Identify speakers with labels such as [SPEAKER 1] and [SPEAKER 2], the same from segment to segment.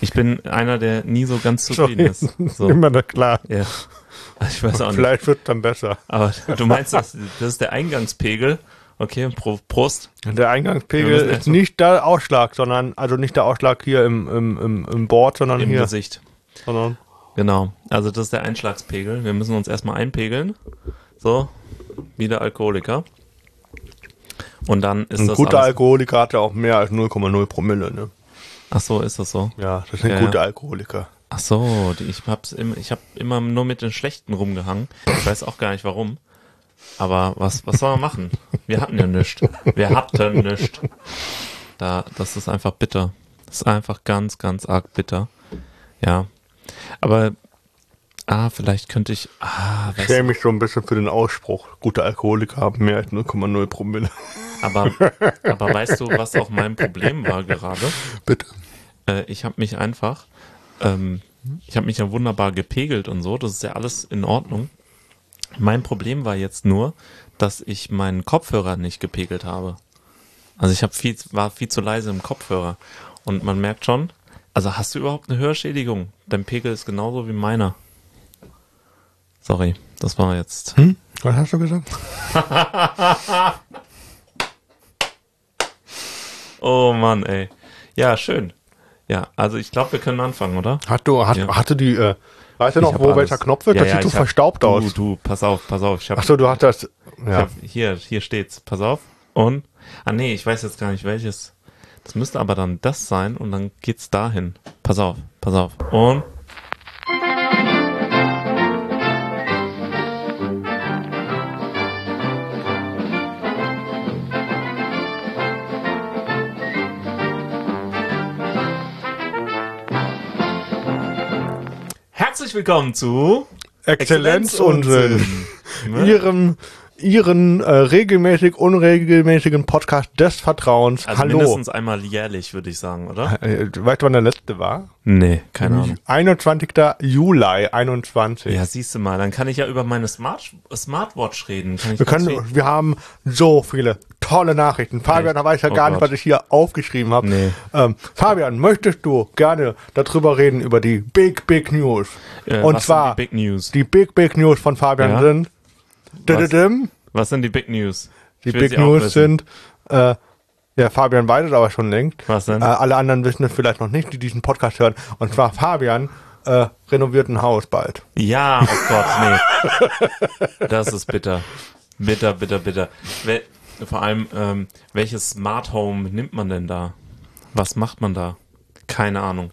[SPEAKER 1] Ich bin einer, der nie so ganz zufrieden ist. So,
[SPEAKER 2] Immer noch klar.
[SPEAKER 1] ja. Ich weiß auch nicht.
[SPEAKER 2] Vielleicht wird dann besser.
[SPEAKER 1] Aber du meinst, das, das ist der Eingangspegel. Okay, Pro, Prost.
[SPEAKER 2] Der
[SPEAKER 1] Wir
[SPEAKER 2] Eingangspegel
[SPEAKER 1] müssen
[SPEAKER 2] ist
[SPEAKER 1] erst mal-
[SPEAKER 2] nicht der Ausschlag, sondern, also nicht der Ausschlag hier im, im, im, im Board, sondern
[SPEAKER 1] Im
[SPEAKER 2] hier.
[SPEAKER 1] Gesicht.
[SPEAKER 2] Sondern
[SPEAKER 1] Genau. Also das ist der Einschlagspegel. Wir müssen uns erstmal einpegeln. So, wie der Alkoholiker. Und dann ist
[SPEAKER 2] ein
[SPEAKER 1] das
[SPEAKER 2] guter
[SPEAKER 1] alles,
[SPEAKER 2] Alkoholiker hat ja auch mehr als 0,0 Promille, ne?
[SPEAKER 1] Ach so, ist das so?
[SPEAKER 2] Ja, das sind
[SPEAKER 1] Ja,
[SPEAKER 2] gute
[SPEAKER 1] ja.
[SPEAKER 2] Alkoholiker.
[SPEAKER 1] Ach so, die- ich hab's im, ich hab immer nur mit den Schlechten rumgehangen. Ich weiß auch gar nicht warum. Aber was, was soll man machen? Wir hatten ja nichts. Wir hatten nichts. Da, das ist einfach bitter. Das ist einfach ganz, ganz arg bitter. Ja. Aber, ah, vielleicht könnte ich, ah,
[SPEAKER 2] Ich
[SPEAKER 1] weißt
[SPEAKER 2] schäme mich so ein bisschen für den Ausspruch. Gute Alkoholiker haben mehr als 0,0 Promille.
[SPEAKER 1] du, aber, aber weißt du, was auch mein Problem war gerade?
[SPEAKER 2] Bitte.
[SPEAKER 1] äh, ich habe mich einfach, ähm, ich habe mich ja wunderbar gepegelt und so, das ist ja alles in Ordnung. Mein Problem war jetzt nur, dass ich meinen Kopfhörer nicht gepegelt habe. Also ich hab viel, war viel zu leise im Kopfhörer. Und man merkt schon, also hast du überhaupt eine Hörschädigung? Dein Pegel ist genauso wie meiner. Sorry, das war jetzt.
[SPEAKER 2] Hm? Was hast du gesagt?
[SPEAKER 1] Oh Mann, ey. Ja, schön. Ja, also ich glaube, wir können anfangen, oder?
[SPEAKER 2] Hat du, hat,
[SPEAKER 1] Ja.
[SPEAKER 2] hatte die, äh, weißt du
[SPEAKER 1] Ich
[SPEAKER 2] noch,
[SPEAKER 1] hab
[SPEAKER 2] wo
[SPEAKER 1] alles.
[SPEAKER 2] welcher Knopf wird?
[SPEAKER 1] Ja,
[SPEAKER 2] das
[SPEAKER 1] ja,
[SPEAKER 2] sieht so
[SPEAKER 1] ich hab-
[SPEAKER 2] verstaubt aus.
[SPEAKER 1] Du, du, pass auf, pass auf. Ich hab,
[SPEAKER 2] Achso, du hattest, ja.
[SPEAKER 1] Ich hab, hier, hier steht's. Pass auf. Und. Ah nee, ich weiß jetzt gar nicht welches. Das müsste aber dann das sein und dann geht's dahin. Pass auf, pass auf. Und. Herzlich willkommen zu
[SPEAKER 2] Exzellenz, und äh, Sinn.
[SPEAKER 1] Ne?
[SPEAKER 2] Ihren, ihren äh, regelmäßig, unregelmäßigen Podcast des Vertrauens.
[SPEAKER 1] Also
[SPEAKER 2] Hallo.
[SPEAKER 1] mindestens einmal jährlich, würde ich sagen, oder?
[SPEAKER 2] Äh, du weißt du, wann der letzte war?
[SPEAKER 1] Nee, keine Ahnung.
[SPEAKER 2] 21. Juli 21.
[SPEAKER 1] Ja, siehst du mal, dann kann ich ja über meine Smart Smartwatch reden. Kann ich
[SPEAKER 2] Wir,
[SPEAKER 1] ganz
[SPEAKER 2] können, wir haben so viele tolle Nachrichten. Fabian, da weiß ja
[SPEAKER 1] Oh
[SPEAKER 2] gar
[SPEAKER 1] Gott.
[SPEAKER 2] nicht, was ich hier aufgeschrieben habe.
[SPEAKER 1] Nee.
[SPEAKER 2] Ähm, Fabian, möchtest du gerne darüber reden, über die Big, Big News?
[SPEAKER 1] viel, äh,
[SPEAKER 2] Und
[SPEAKER 1] was
[SPEAKER 2] zwar
[SPEAKER 1] sind die Big News.
[SPEAKER 2] die Big, Big News von Fabian
[SPEAKER 1] Ja.
[SPEAKER 2] sind. Dödödöm.
[SPEAKER 1] was sind die Big News?
[SPEAKER 2] Die Big News sind, äh, ja, Fabian weiß es aber schon längst.
[SPEAKER 1] Was denn?
[SPEAKER 2] Äh, alle anderen wissen es vielleicht noch nicht, die diesen Podcast hören. Und zwar Fabian äh, renoviert ein Haus bald.
[SPEAKER 1] Ja, oh Gott, nee. Das ist bitter. Bitter, bitter, bitter. Wel vor allem, ähm, welches Smart Home nimmt man denn da? Was macht man da? Keine Ahnung.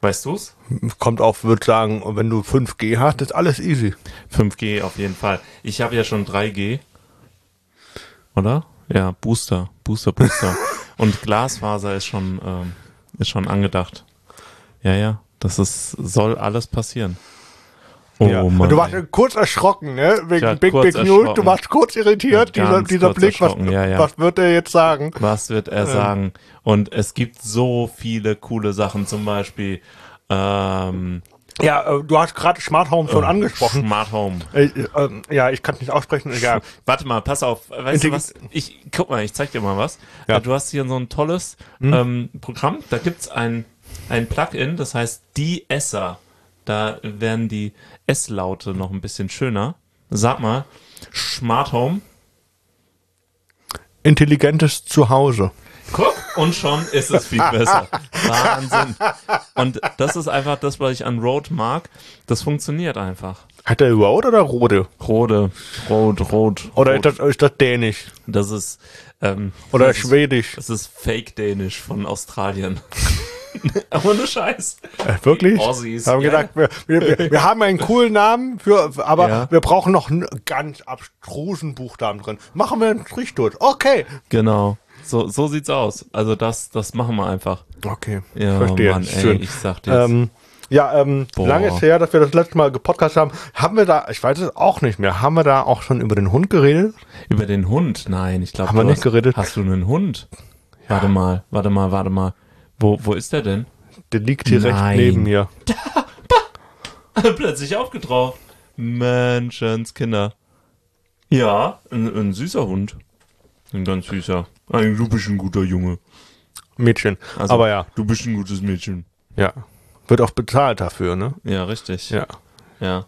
[SPEAKER 1] Weißt du's?
[SPEAKER 2] Kommt auf, würde sagen, wenn du 5G hast, ist alles easy.
[SPEAKER 1] 5G auf jeden Fall. Ich habe ja schon 3G. Oder? Ja, Booster, Booster, Booster. Und Glasfaser ist schon, ähm, ist schon angedacht. Ja, ja, das ist, soll alles passieren. Oh
[SPEAKER 2] ja.
[SPEAKER 1] Mann.
[SPEAKER 2] du warst
[SPEAKER 1] ey.
[SPEAKER 2] kurz erschrocken, ne? Wegen
[SPEAKER 1] Ja,
[SPEAKER 2] Big
[SPEAKER 1] kurz
[SPEAKER 2] Big News. Du
[SPEAKER 1] erschrocken.
[SPEAKER 2] warst kurz irritiert,
[SPEAKER 1] Ja,
[SPEAKER 2] dieser,
[SPEAKER 1] ganz
[SPEAKER 2] dieser
[SPEAKER 1] kurz
[SPEAKER 2] Blick. Was,
[SPEAKER 1] erschrocken, ja, ja.
[SPEAKER 2] was wird er jetzt sagen?
[SPEAKER 1] Was wird
[SPEAKER 2] Ähm.
[SPEAKER 1] er sagen? Und es gibt so viele coole Sachen, zum Beispiel ähm,
[SPEAKER 2] Ja, äh, du hast gerade Smart Home schon angesprochen.
[SPEAKER 1] Smart Home.
[SPEAKER 2] Äh, ähm, ja, ich kann es nicht aussprechen, egal.
[SPEAKER 1] Warte mal, pass auf. Weißt du
[SPEAKER 2] Integ-
[SPEAKER 1] was? Ich guck mal, ich zeig dir mal was.
[SPEAKER 2] Ja. Mhm.
[SPEAKER 1] Du hast hier so ein tolles ähm, Programm. Da gibt's ein ein Plugin, das heißt die Esser. Da werden die S-Laute noch ein bisschen schöner. Sag mal, Smart Home.
[SPEAKER 2] Intelligentes Zuhause.
[SPEAKER 1] Guck, und schon ist es viel besser. Wahnsinn. Und das ist einfach das, was ich an Rode mag. Das funktioniert einfach.
[SPEAKER 2] Hat er Road oder Rode?
[SPEAKER 1] Rode, Rot, Rot.
[SPEAKER 2] Oder
[SPEAKER 1] Rot.
[SPEAKER 2] ist das, ist das Dänisch?
[SPEAKER 1] das ist ähm,
[SPEAKER 2] Oder
[SPEAKER 1] das ist-
[SPEAKER 2] Schwedisch?
[SPEAKER 1] Das ist Fake-Dänisch von Australien. Ohne Scheiß.
[SPEAKER 2] Äh, Wirklich?
[SPEAKER 1] Die Aussies.
[SPEAKER 2] Haben
[SPEAKER 1] Ja.
[SPEAKER 2] gedacht, wir, wir, wir, wir haben einen coolen Namen, für, aber
[SPEAKER 1] Ja.
[SPEAKER 2] wir brauchen noch einen ganz abstrusen Buchstaben drin. Machen wir einen Strich durch. Okay.
[SPEAKER 1] Genau. So, so sieht's aus. Also das, das machen wir einfach.
[SPEAKER 2] Okay.
[SPEAKER 1] Ja,
[SPEAKER 2] Verstehe.
[SPEAKER 1] Mann, ey,
[SPEAKER 2] Schön.
[SPEAKER 1] ich sag dir jetzt.
[SPEAKER 2] Ähm, ja, ähm,
[SPEAKER 1] Boah.
[SPEAKER 2] lange ist her, dass wir das letzte Mal gepodcast haben. Haben wir da, ich weiß es auch nicht mehr, haben wir da auch schon über den Hund geredet?
[SPEAKER 1] Über den Hund? Nein, ich glaube,
[SPEAKER 2] Haben wir nicht geredet?
[SPEAKER 1] Hast du einen Hund? Warte mal, warte mal, warte mal. Wo, wo ist der denn?
[SPEAKER 2] Der liegt hier
[SPEAKER 1] Nein.
[SPEAKER 2] recht neben mir.
[SPEAKER 1] plötzlich aufgetaucht. Menschenskinder. Ja, ein, ein süßer Hund. Ein ganz süßer. Ein, du bist ein guter Junge.
[SPEAKER 2] Mädchen.
[SPEAKER 1] Also,
[SPEAKER 2] aber ja.
[SPEAKER 1] Du bist ein gutes Mädchen.
[SPEAKER 2] Ja. Wird auch bezahlt dafür, ne?
[SPEAKER 1] Ja, richtig.
[SPEAKER 2] Ja.
[SPEAKER 1] Ja.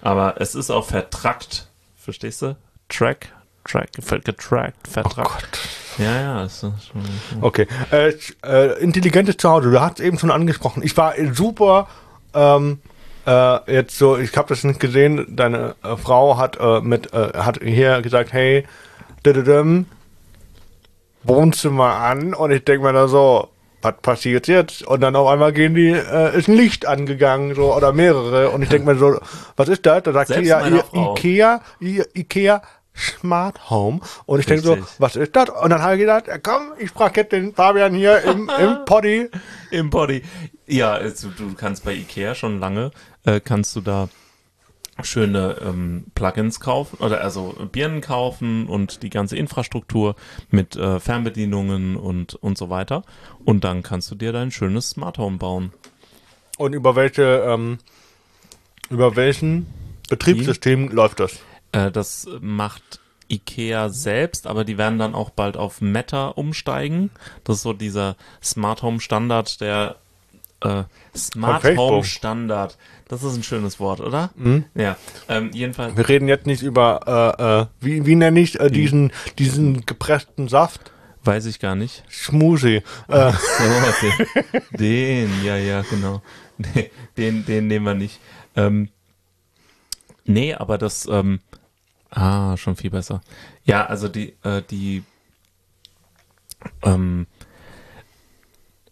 [SPEAKER 1] Aber es ist auch vertrackt. Verstehst du? Track, Track, ver- getrackt, vertrackt. ja, ja. Ist so- schon,
[SPEAKER 2] Okay. Äh, äh, intelligentes Zuhause, du hast eben schon angesprochen. Ich war äh, super. Ähm, äh, jetzt so, ich habe das nicht gesehen. Deine äh, Frau hat äh, mit äh, hat hier gesagt, hey, dödödöm, Wohnzimmer an und ich denke mir da so, was passiert jetzt? Und dann auf einmal gehen die, äh, ist ein Licht angegangen so oder mehrere und ich denke mir so, was ist das? Da sagt sie
[SPEAKER 1] Selbst
[SPEAKER 2] ja
[SPEAKER 1] meiner
[SPEAKER 2] ihr
[SPEAKER 1] Frau.
[SPEAKER 2] Ikea, ihr Ikea Smart Home und ich denke so,
[SPEAKER 1] Richtig.
[SPEAKER 2] was ist das? Und dann habe ich gedacht, ja, komm, ich frage jetzt den Fabian hier im, im Poddy.
[SPEAKER 1] Im Body. Ja, es- du kannst bei Ikea schon lange, äh, kannst du da schöne ähm, Plugins kaufen oder also Birnen kaufen und die ganze Infrastruktur mit äh, Fernbedienungen und und so weiter und dann kannst du dir dein schönes Smart Home bauen.
[SPEAKER 2] Und über welche, ähm, über welchen Betriebssystem läuft das?
[SPEAKER 1] Äh, das macht IKEA selbst, aber die werden dann auch bald auf Meta umsteigen. Das ist so dieser Smart Home Standard, der äh, Smart
[SPEAKER 2] Von Facebook.
[SPEAKER 1] Home Standard. Das ist ein schönes Wort, oder? Ja. Ähm, jedenfalls.
[SPEAKER 2] Wir reden jetzt nicht über, äh, äh, wie, wie nenne ich äh, diesen, diesen gepressten Saft?
[SPEAKER 1] Weiß ich gar nicht.
[SPEAKER 2] Schmusi. Äh,
[SPEAKER 1] So, den, den, ja, ja, genau. Nee, Den, den nehmen wir nicht. Ähm, nee, aber das, ähm, ah, schon viel besser. Ja, also die, äh, die, ähm,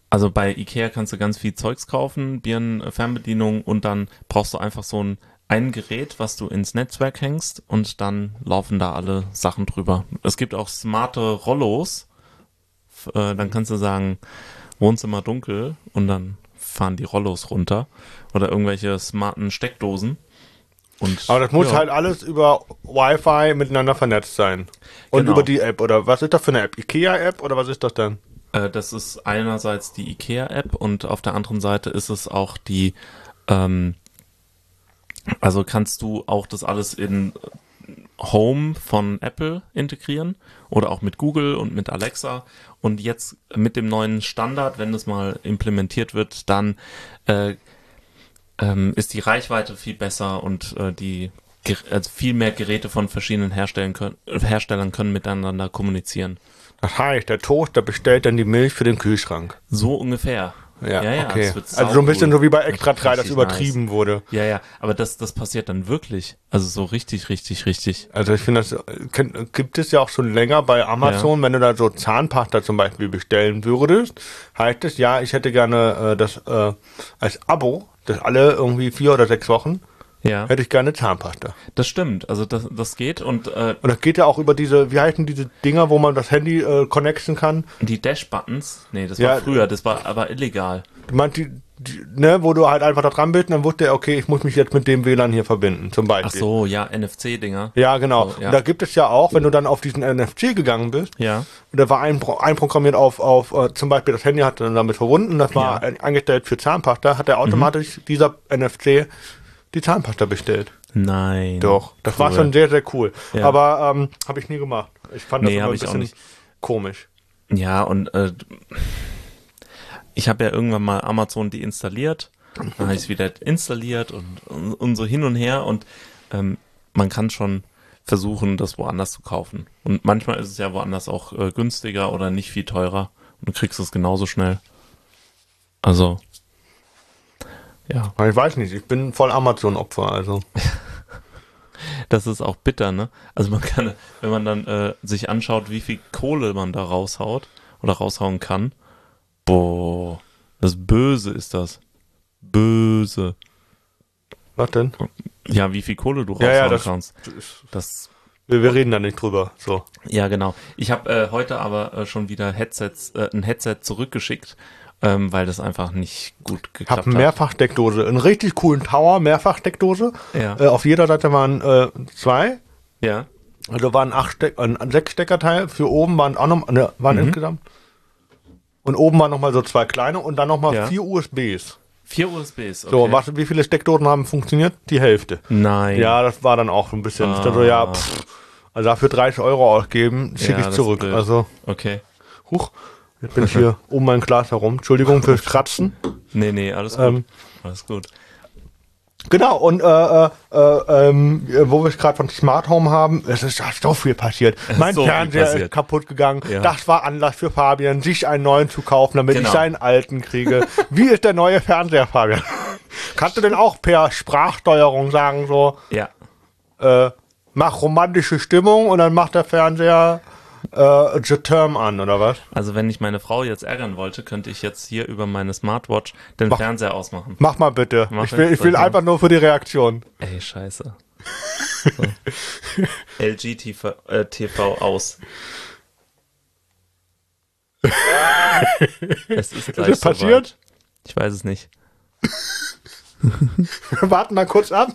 [SPEAKER 1] also bei Ikea kannst du ganz viel Zeugs kaufen, Birnen, äh, Fernbedienung und dann brauchst du einfach so ein, ein Gerät, was du ins Netzwerk hängst und dann laufen da alle Sachen drüber. Es gibt auch smarte Rollos, f- äh, dann kannst du sagen, Wohnzimmer dunkel und dann fahren die Rollos runter oder irgendwelche smarten Steckdosen. Und,
[SPEAKER 2] aber das muss
[SPEAKER 1] ja.
[SPEAKER 2] halt alles über Wi-Fi miteinander vernetzt sein. Und
[SPEAKER 1] Genau.
[SPEAKER 2] über die App, oder was ist das für eine App? Ikea-App, oder was ist das denn?
[SPEAKER 1] Äh, das ist einerseits die IKEA-App und auf der anderen Seite ist es auch die, ähm, also kannst du auch das alles in Home von Apple integrieren oder auch mit Google und mit Alexa. Und jetzt mit dem neuen Standard, wenn das mal implementiert wird, dann äh, ähm, ist die Reichweite viel besser und äh, die Ger- also viel mehr Geräte von verschiedenen Herstellern können, Herstellern können miteinander kommunizieren.
[SPEAKER 2] Das heißt, der Toaster bestellt dann die Milch für den Kühlschrank.
[SPEAKER 1] So ungefähr.
[SPEAKER 2] Ja, okay.
[SPEAKER 1] das wird
[SPEAKER 2] Also so ein bisschen
[SPEAKER 1] saugut.
[SPEAKER 2] so wie bei Extra 3, das
[SPEAKER 1] Richtig
[SPEAKER 2] übertrieben wurde.
[SPEAKER 1] Nice. Ja, ja, aber das, das passiert dann wirklich. Also so richtig, richtig, richtig.
[SPEAKER 2] Also ich finde, das kenn- gibt es ja auch schon länger bei Amazon. Wenn du da so Zahnpasta zum Beispiel bestellen würdest, heißt es ja, ich hätte gerne äh, das äh, als Abo, das alle irgendwie vier oder sechs Wochen,
[SPEAKER 1] Ja,
[SPEAKER 2] hätte ich gerne Zahnpasta.
[SPEAKER 1] das stimmt. Also das, das geht und äh,
[SPEAKER 2] Und das geht ja auch über diese, wie heißen diese Dinger, wo man das Handy äh, connecten kann?
[SPEAKER 1] die Dash-Buttons, nee, das
[SPEAKER 2] Ja.
[SPEAKER 1] war früher, das war aber illegal.
[SPEAKER 2] Du meinst die, die, ne, wo du halt einfach da dran bist und dann wusste er, okay, ich muss mich jetzt mit dem WLAN hier verbinden, zum Beispiel.
[SPEAKER 1] Ach so, ja, NFC-Dinger.
[SPEAKER 2] Ja, genau.
[SPEAKER 1] So, ja.
[SPEAKER 2] Und da gibt es ja auch, wenn du dann auf diesen NFC gegangen bist,
[SPEAKER 1] Ja.
[SPEAKER 2] Und da war ein, einprogrammiert auf, auf äh, zum Beispiel das Handy hat dann damit verbunden, das war
[SPEAKER 1] Ja. Mhm.
[SPEAKER 2] ein- angestellt für Zahnpasta, hat er automatisch dieser NFC die Zahnpasta bestellt.
[SPEAKER 1] Nein.
[SPEAKER 2] Doch, das war
[SPEAKER 1] Cool.
[SPEAKER 2] schon sehr, sehr cool.
[SPEAKER 1] Ja.
[SPEAKER 2] Aber ähm, habe ich nie gemacht. Ich fand das
[SPEAKER 1] Nee,
[SPEAKER 2] immer
[SPEAKER 1] hab
[SPEAKER 2] ein
[SPEAKER 1] ich auch
[SPEAKER 2] bisschen
[SPEAKER 1] nicht.
[SPEAKER 2] komisch.
[SPEAKER 1] Ja, und äh, ich habe ja irgendwann mal Amazon deinstalliert, dann habe ich es wieder installiert und, und, und so hin und her und ähm, man kann schon versuchen, das woanders zu kaufen. Und manchmal ist es ja woanders auch äh, günstiger oder nicht viel teurer und du kriegst es genauso schnell. Also, ja,
[SPEAKER 2] Aber Ich weiß nicht, ich bin voll Amazon-Opfer, also.
[SPEAKER 1] das ist auch bitter, ne? Also man kann, wenn man dann äh, sich anschaut, wie viel Kohle man da raushaut oder raushauen kann, boah, das Böse ist das. Böse.
[SPEAKER 2] Was denn?
[SPEAKER 1] Ja, wie viel Kohle du
[SPEAKER 2] Ja,
[SPEAKER 1] raushauen
[SPEAKER 2] ja, das-
[SPEAKER 1] kannst. Das,
[SPEAKER 2] Wir, wir reden da nicht drüber. So.
[SPEAKER 1] ja, genau. Ich habe äh, heute aber äh, schon wieder Headsets, äh, ein Headset zurückgeschickt, ähm, weil das einfach nicht gut
[SPEAKER 2] Ich hab
[SPEAKER 1] geklappt hat.
[SPEAKER 2] Mehrfachsteckdose, einen richtig coolen Tower, Mehrfachsteckdose.
[SPEAKER 1] Ja.
[SPEAKER 2] Äh, auf jeder Seite waren äh, zwei.
[SPEAKER 1] Ja,
[SPEAKER 2] Also waren acht Steck, ein ein sechs Steckerteil für oben waren auch noch, ne,
[SPEAKER 1] Mhm.
[SPEAKER 2] waren insgesamt. Und oben waren nochmal so zwei kleine und dann nochmal
[SPEAKER 1] Ja.
[SPEAKER 2] vier USBs.
[SPEAKER 1] vier USBs. Okay.
[SPEAKER 2] So, was, wie viele Steckdosen haben funktioniert? Die Hälfte.
[SPEAKER 1] Nein.
[SPEAKER 2] Ja, das war dann auch ein bisschen. Ich dachte so,
[SPEAKER 1] Ah.
[SPEAKER 2] ja, pff, also dafür 30 Euro ausgeben, schicke
[SPEAKER 1] Ja,
[SPEAKER 2] ich
[SPEAKER 1] das
[SPEAKER 2] zurück.
[SPEAKER 1] ist blöd.
[SPEAKER 2] Also,
[SPEAKER 1] Okay.
[SPEAKER 2] huch. Jetzt bin ich hier um mein Glas herum. Entschuldigung fürs Kratzen.
[SPEAKER 1] Nee, nee, alles gut.
[SPEAKER 2] Ähm.
[SPEAKER 1] alles gut.
[SPEAKER 2] Genau, und äh, äh, äh, ähm, wo wir es gerade von Smart Home haben, es ist ja so viel passiert. Mein
[SPEAKER 1] so viel
[SPEAKER 2] Fernseher ist
[SPEAKER 1] passiert.
[SPEAKER 2] kaputt gegangen.
[SPEAKER 1] Ja.
[SPEAKER 2] Das war Anlass für Fabian, sich einen neuen zu kaufen, damit
[SPEAKER 1] Genau.
[SPEAKER 2] ich seinen alten kriege. Wie ist der neue Fernseher, Fabian? Kannst du denn auch per Sprachsteuerung sagen, so,
[SPEAKER 1] Ja.
[SPEAKER 2] äh, mach romantische Stimmung und dann macht der Fernseher äh, The Term an, oder was?
[SPEAKER 1] Also wenn ich meine Frau jetzt ärgern wollte, könnte ich jetzt hier über meine Smartwatch den Fernseher ausmachen.
[SPEAKER 2] Mach mal bitte.
[SPEAKER 1] Mach
[SPEAKER 2] ich will, ich
[SPEAKER 1] jetzt,
[SPEAKER 2] will
[SPEAKER 1] okay.
[SPEAKER 2] einfach nur für die Reaktion.
[SPEAKER 1] Ey, scheiße. So. LG TV, äh, TV aus. es ist gleich
[SPEAKER 2] es passiert?
[SPEAKER 1] Soweit. Ich weiß es nicht.
[SPEAKER 2] Wir warten mal kurz ab.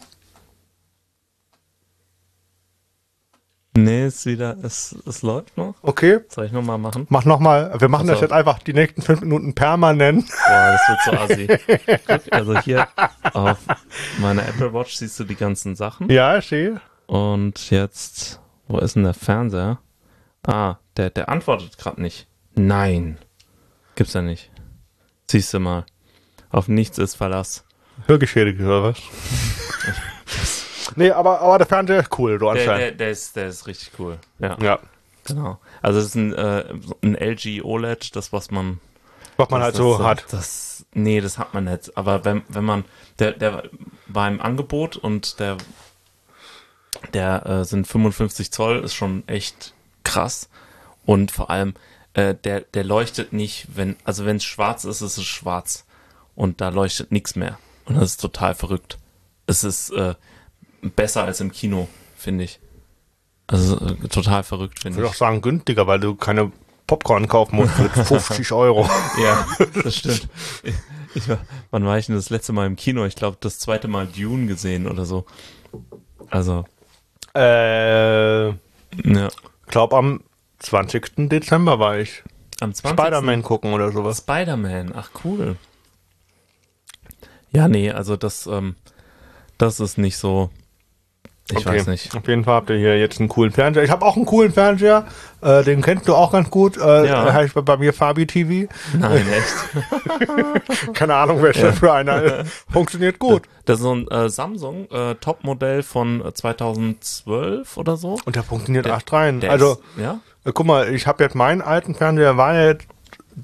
[SPEAKER 1] Nee, ist wieder, es, es läuft noch.
[SPEAKER 2] Okay.
[SPEAKER 1] Soll ich nochmal machen?
[SPEAKER 2] Mach nochmal, wir machen
[SPEAKER 1] Pass
[SPEAKER 2] das
[SPEAKER 1] auf.
[SPEAKER 2] jetzt einfach die nächsten fünf Minuten permanent.
[SPEAKER 1] Boah, das wird so assi. Guck, also hier auf meiner Apple Watch siehst du die ganzen Sachen.
[SPEAKER 2] Ja, ich sehe.
[SPEAKER 1] Und jetzt, wo ist denn der Fernseher? Ah, der, der antwortet gerade nicht. Nein. Gibt's ja nicht. Siehst du mal. Auf nichts ist Verlass.
[SPEAKER 2] Hörgeschädigt oder was? nee, aber, aber der Fernseher ist cool, du
[SPEAKER 1] Der,
[SPEAKER 2] anscheinend.
[SPEAKER 1] der, der, ist, der ist richtig cool. Ja,
[SPEAKER 2] ja,
[SPEAKER 1] genau. Also es ist ein, äh, ein LG OLED, E das, was man
[SPEAKER 2] was man halt
[SPEAKER 1] das,
[SPEAKER 2] so
[SPEAKER 1] das,
[SPEAKER 2] hat.
[SPEAKER 1] Das, nee, das hat man nicht. Aber wenn, wenn man, der, der war im Angebot und der, der äh, sind 55 Zoll, ist schon echt krass. Und vor allem, äh, der, der leuchtet nicht, wenn, also wenn es schwarz ist, ist es schwarz. Und da leuchtet nichts mehr. Und das ist total verrückt. Es ist äh, besser als im Kino, finde ich. Also äh, total verrückt,
[SPEAKER 2] Ich
[SPEAKER 1] finde
[SPEAKER 2] würde auch
[SPEAKER 1] ich.
[SPEAKER 2] sagen, günstiger, weil du keine Popcorn kaufen musst für 50 Euro.
[SPEAKER 1] Ja, das stimmt. Ich war, wann war ich denn das letzte Mal im Kino? Ich glaube, das zweite Mal Dune gesehen oder so. Also,
[SPEAKER 2] äh,
[SPEAKER 1] ja.
[SPEAKER 2] glaub am 20. Dezember war ich.
[SPEAKER 1] Am 20.
[SPEAKER 2] Spider-Man gucken oder sowas.
[SPEAKER 1] Spider-Man, ach cool. Ja, nee, also das, ähm, das ist nicht so. Ich weiß nicht.
[SPEAKER 2] Auf jeden Fall habt ihr hier jetzt einen coolen Fernseher. Ich habe auch einen coolen Fernseher. Äh, den kennst du auch ganz gut. Äh,
[SPEAKER 1] Ja.
[SPEAKER 2] der heißt bei, bei mir Fabi TV.
[SPEAKER 1] Nein, echt.
[SPEAKER 2] Keine Ahnung, wer das für einer ist. Funktioniert gut.
[SPEAKER 1] Das ist so ein äh, Samsung äh, Topmodell von äh, 2012 oder so.
[SPEAKER 2] Und der funktioniert
[SPEAKER 1] Der-
[SPEAKER 2] acht rein.
[SPEAKER 1] Der
[SPEAKER 2] also,
[SPEAKER 1] ist, ja.
[SPEAKER 2] äh, guck mal, ich habe jetzt meinen alten Fernseher, der war jetzt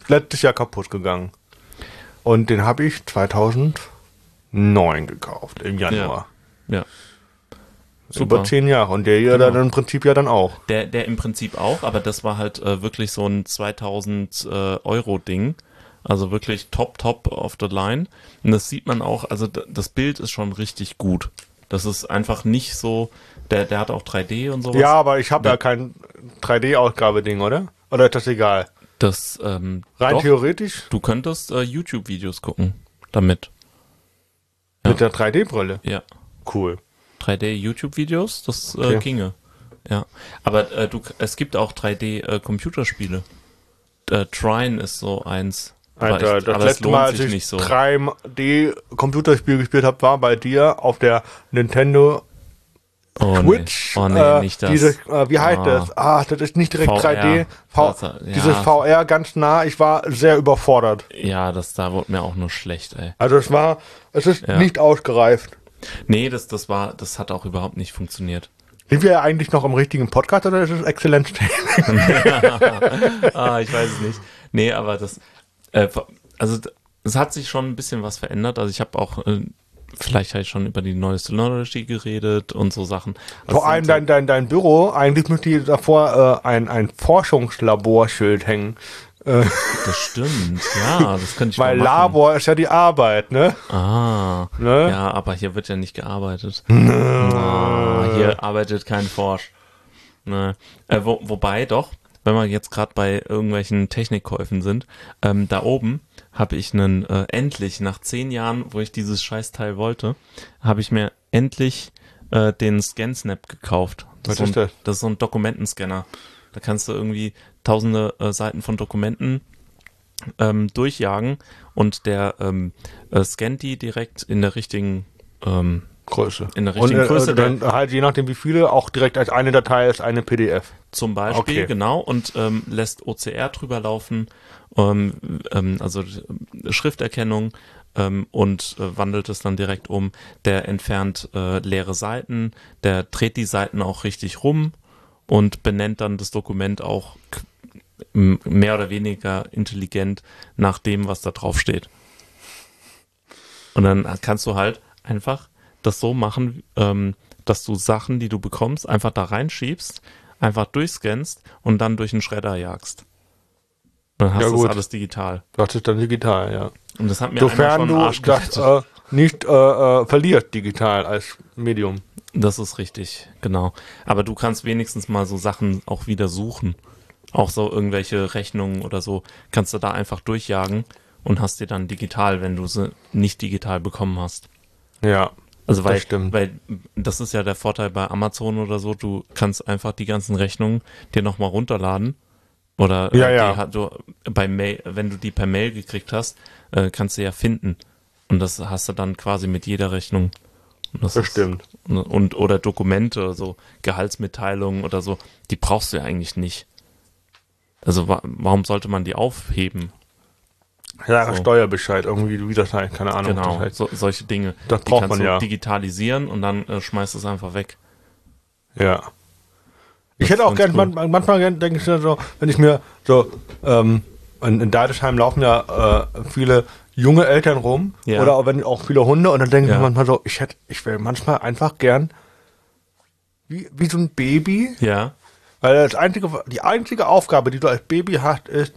[SPEAKER 2] letztes Jahr kaputt gegangen. Und den habe ich 2009 gekauft, im Januar.
[SPEAKER 1] Ja.
[SPEAKER 2] Über zehn Jahre. Und der hier
[SPEAKER 1] Genau.
[SPEAKER 2] dann im Prinzip ja dann auch.
[SPEAKER 1] Der, der im Prinzip auch, aber das war halt äh, wirklich so ein 2000 äh, Euro Ding. Also wirklich top, top of the line. Und das sieht man auch, also d- das Bild ist schon richtig gut. Das ist einfach nicht so, der, der hat auch 3D und sowas.
[SPEAKER 2] Ja, aber ich habe
[SPEAKER 1] Ja.
[SPEAKER 2] ja kein 3D-Ausgabeding, oder? Oder ist das egal?
[SPEAKER 1] Das, ähm,
[SPEAKER 2] Rein
[SPEAKER 1] doch,
[SPEAKER 2] theoretisch
[SPEAKER 1] du könntest äh, YouTube-Videos gucken damit.
[SPEAKER 2] mit der 3D-Brille.
[SPEAKER 1] Ja.
[SPEAKER 2] Cool.
[SPEAKER 1] 3D-YouTube-Videos, das äh,
[SPEAKER 2] Okay.
[SPEAKER 1] ginge. Ja. Aber äh, du, es gibt auch 3D-Computerspiele. äh, Trine ist so eins. Aber
[SPEAKER 2] Alter,
[SPEAKER 1] ich-
[SPEAKER 2] das
[SPEAKER 1] aber es
[SPEAKER 2] letzte
[SPEAKER 1] lohnt
[SPEAKER 2] Mal, als
[SPEAKER 1] sich
[SPEAKER 2] ich
[SPEAKER 1] nicht so.
[SPEAKER 2] 3D-Computerspiel gespielt habe, war bei dir auf der Nintendo
[SPEAKER 1] Oh,
[SPEAKER 2] Twitch.
[SPEAKER 1] Nee. Oh nee,
[SPEAKER 2] äh,
[SPEAKER 1] nicht das.
[SPEAKER 2] Diese, äh, wie heißt
[SPEAKER 1] Ah.
[SPEAKER 2] das? Ah, das ist nicht direkt
[SPEAKER 1] VR.
[SPEAKER 2] 3D. V
[SPEAKER 1] Das, äh, ja.
[SPEAKER 2] Dieses VR ganz nah. Ich war sehr überfordert.
[SPEAKER 1] ja, das da wurde mir auch nur schlecht, ey.
[SPEAKER 2] Also es war, es ist
[SPEAKER 1] Ja.
[SPEAKER 2] nicht ausgereift.
[SPEAKER 1] Nee, das, das war, das hat auch überhaupt nicht funktioniert.
[SPEAKER 2] Sind wir eigentlich noch im richtigen Podcast oder ist es Exzellenz?
[SPEAKER 1] Ah, ich weiß es nicht. Nee, aber das, äh, also d- es hat sich schon ein bisschen was verändert. Also ich habe auch, äh, vielleicht habe ich schon über die neue Synology geredet und so Sachen. Also
[SPEAKER 2] Vor allem
[SPEAKER 1] sind so-
[SPEAKER 2] dein, dein, dein Büro. Eigentlich müsste hier davor äh, ein, ein Forschungslaborschild hängen.
[SPEAKER 1] Das stimmt, ja, das könnte ich
[SPEAKER 2] Weil
[SPEAKER 1] mal machen.
[SPEAKER 2] Labor ist ja die Arbeit, ne?
[SPEAKER 1] Ah,
[SPEAKER 2] Ne?
[SPEAKER 1] ja, aber hier wird ja nicht gearbeitet. Ah, hier arbeitet kein Forsch. Ne. Äh, wo, wobei doch, wenn wir jetzt gerade bei irgendwelchen Technikkäufen sind, ähm, da oben habe ich einen, äh, endlich nach zehn Jahren, wo ich dieses Scheißteil wollte, habe ich mir endlich äh, den ScanSnap gekauft.
[SPEAKER 2] Was
[SPEAKER 1] so
[SPEAKER 2] ist
[SPEAKER 1] ein,
[SPEAKER 2] das?
[SPEAKER 1] Das ist so ein Dokumentenscanner. Da kannst du irgendwie tausende äh, Seiten von Dokumenten ähm, durchjagen und der ähm, äh, scannt die direkt in der richtigen ähm,
[SPEAKER 2] Größe.
[SPEAKER 1] In der richtigen
[SPEAKER 2] Und, äh,
[SPEAKER 1] Größe,
[SPEAKER 2] Dann halt je nachdem wie viele, auch direkt als eine Datei als eine PDF.
[SPEAKER 1] Zum Beispiel,
[SPEAKER 2] Okay.
[SPEAKER 1] genau, und ähm, lässt OCR drüber laufen, ähm, ähm, also äh, Schrifterkennung ähm, und äh, wandelt es dann direkt um. Der entfernt äh, leere Seiten, der dreht die Seiten auch richtig rum und benennt dann das Dokument auch k- m- mehr oder weniger intelligent nach dem, was da drauf steht. Und dann kannst du halt einfach das so machen, ähm, dass du Sachen, die du bekommst, einfach da reinschiebst, einfach durchscannst und dann durch den Schredder jagst. Dann hast
[SPEAKER 2] Ja,
[SPEAKER 1] du das
[SPEAKER 2] gut.
[SPEAKER 1] alles digital.
[SPEAKER 2] Das ist dann digital, ja.
[SPEAKER 1] Und das hat mir einmal
[SPEAKER 2] Sofern
[SPEAKER 1] schon einen
[SPEAKER 2] du
[SPEAKER 1] Arsch
[SPEAKER 2] das
[SPEAKER 1] gerettet.
[SPEAKER 2] äh, nicht äh, äh, verlierst digital als Medium.
[SPEAKER 1] Das ist richtig, genau. Aber du kannst wenigstens mal so Sachen auch wieder suchen. Auch so irgendwelche Rechnungen oder so kannst du da einfach durchjagen und hast dir dann digital, wenn du sie nicht digital bekommen hast.
[SPEAKER 2] Ja.
[SPEAKER 1] Also weil,
[SPEAKER 2] Das stimmt.
[SPEAKER 1] weil das ist ja der Vorteil bei Amazon oder so, du kannst einfach die ganzen Rechnungen dir nochmal runterladen. Oder äh,
[SPEAKER 2] Ja, ja.
[SPEAKER 1] Die, hat- du, bei Mail, wenn du die per Mail gekriegt hast, äh, kannst du ja finden. Und das hast du dann quasi mit jeder Rechnung. Und
[SPEAKER 2] Das
[SPEAKER 1] ist-
[SPEAKER 2] stimmt.
[SPEAKER 1] Ne, und oder Dokumente oder so, Gehaltsmitteilungen oder so, die brauchst du ja eigentlich nicht. Also wa warum sollte man die aufheben?
[SPEAKER 2] Ja,
[SPEAKER 1] So.
[SPEAKER 2] Steuerbescheid, irgendwie, wie das heißt, keine Ahnung.
[SPEAKER 1] genau,
[SPEAKER 2] Das heißt.
[SPEAKER 1] so, solche Dinge.
[SPEAKER 2] Das
[SPEAKER 1] die
[SPEAKER 2] braucht
[SPEAKER 1] kannst
[SPEAKER 2] man
[SPEAKER 1] du
[SPEAKER 2] ja.
[SPEAKER 1] digitalisieren und dann äh, schmeißt du es einfach weg.
[SPEAKER 2] Ja. Ich
[SPEAKER 1] Das
[SPEAKER 2] hätte auch
[SPEAKER 1] ist
[SPEAKER 2] gern,
[SPEAKER 1] ganz cool.
[SPEAKER 2] man, manchmal gern, denke ich mir so, wenn ich mir so, ähm, in, in Deidesheim laufen ja äh, viele junge Eltern rum
[SPEAKER 1] Ja.
[SPEAKER 2] oder auch, wenn auch viele Hunde und dann denke ich
[SPEAKER 1] Ja.
[SPEAKER 2] mir manchmal so, ich hätte, ich wäre manchmal einfach gern wie, wie so ein Baby,
[SPEAKER 1] Ja,
[SPEAKER 2] weil das einzige, die einzige Aufgabe, die du als Baby hast, ist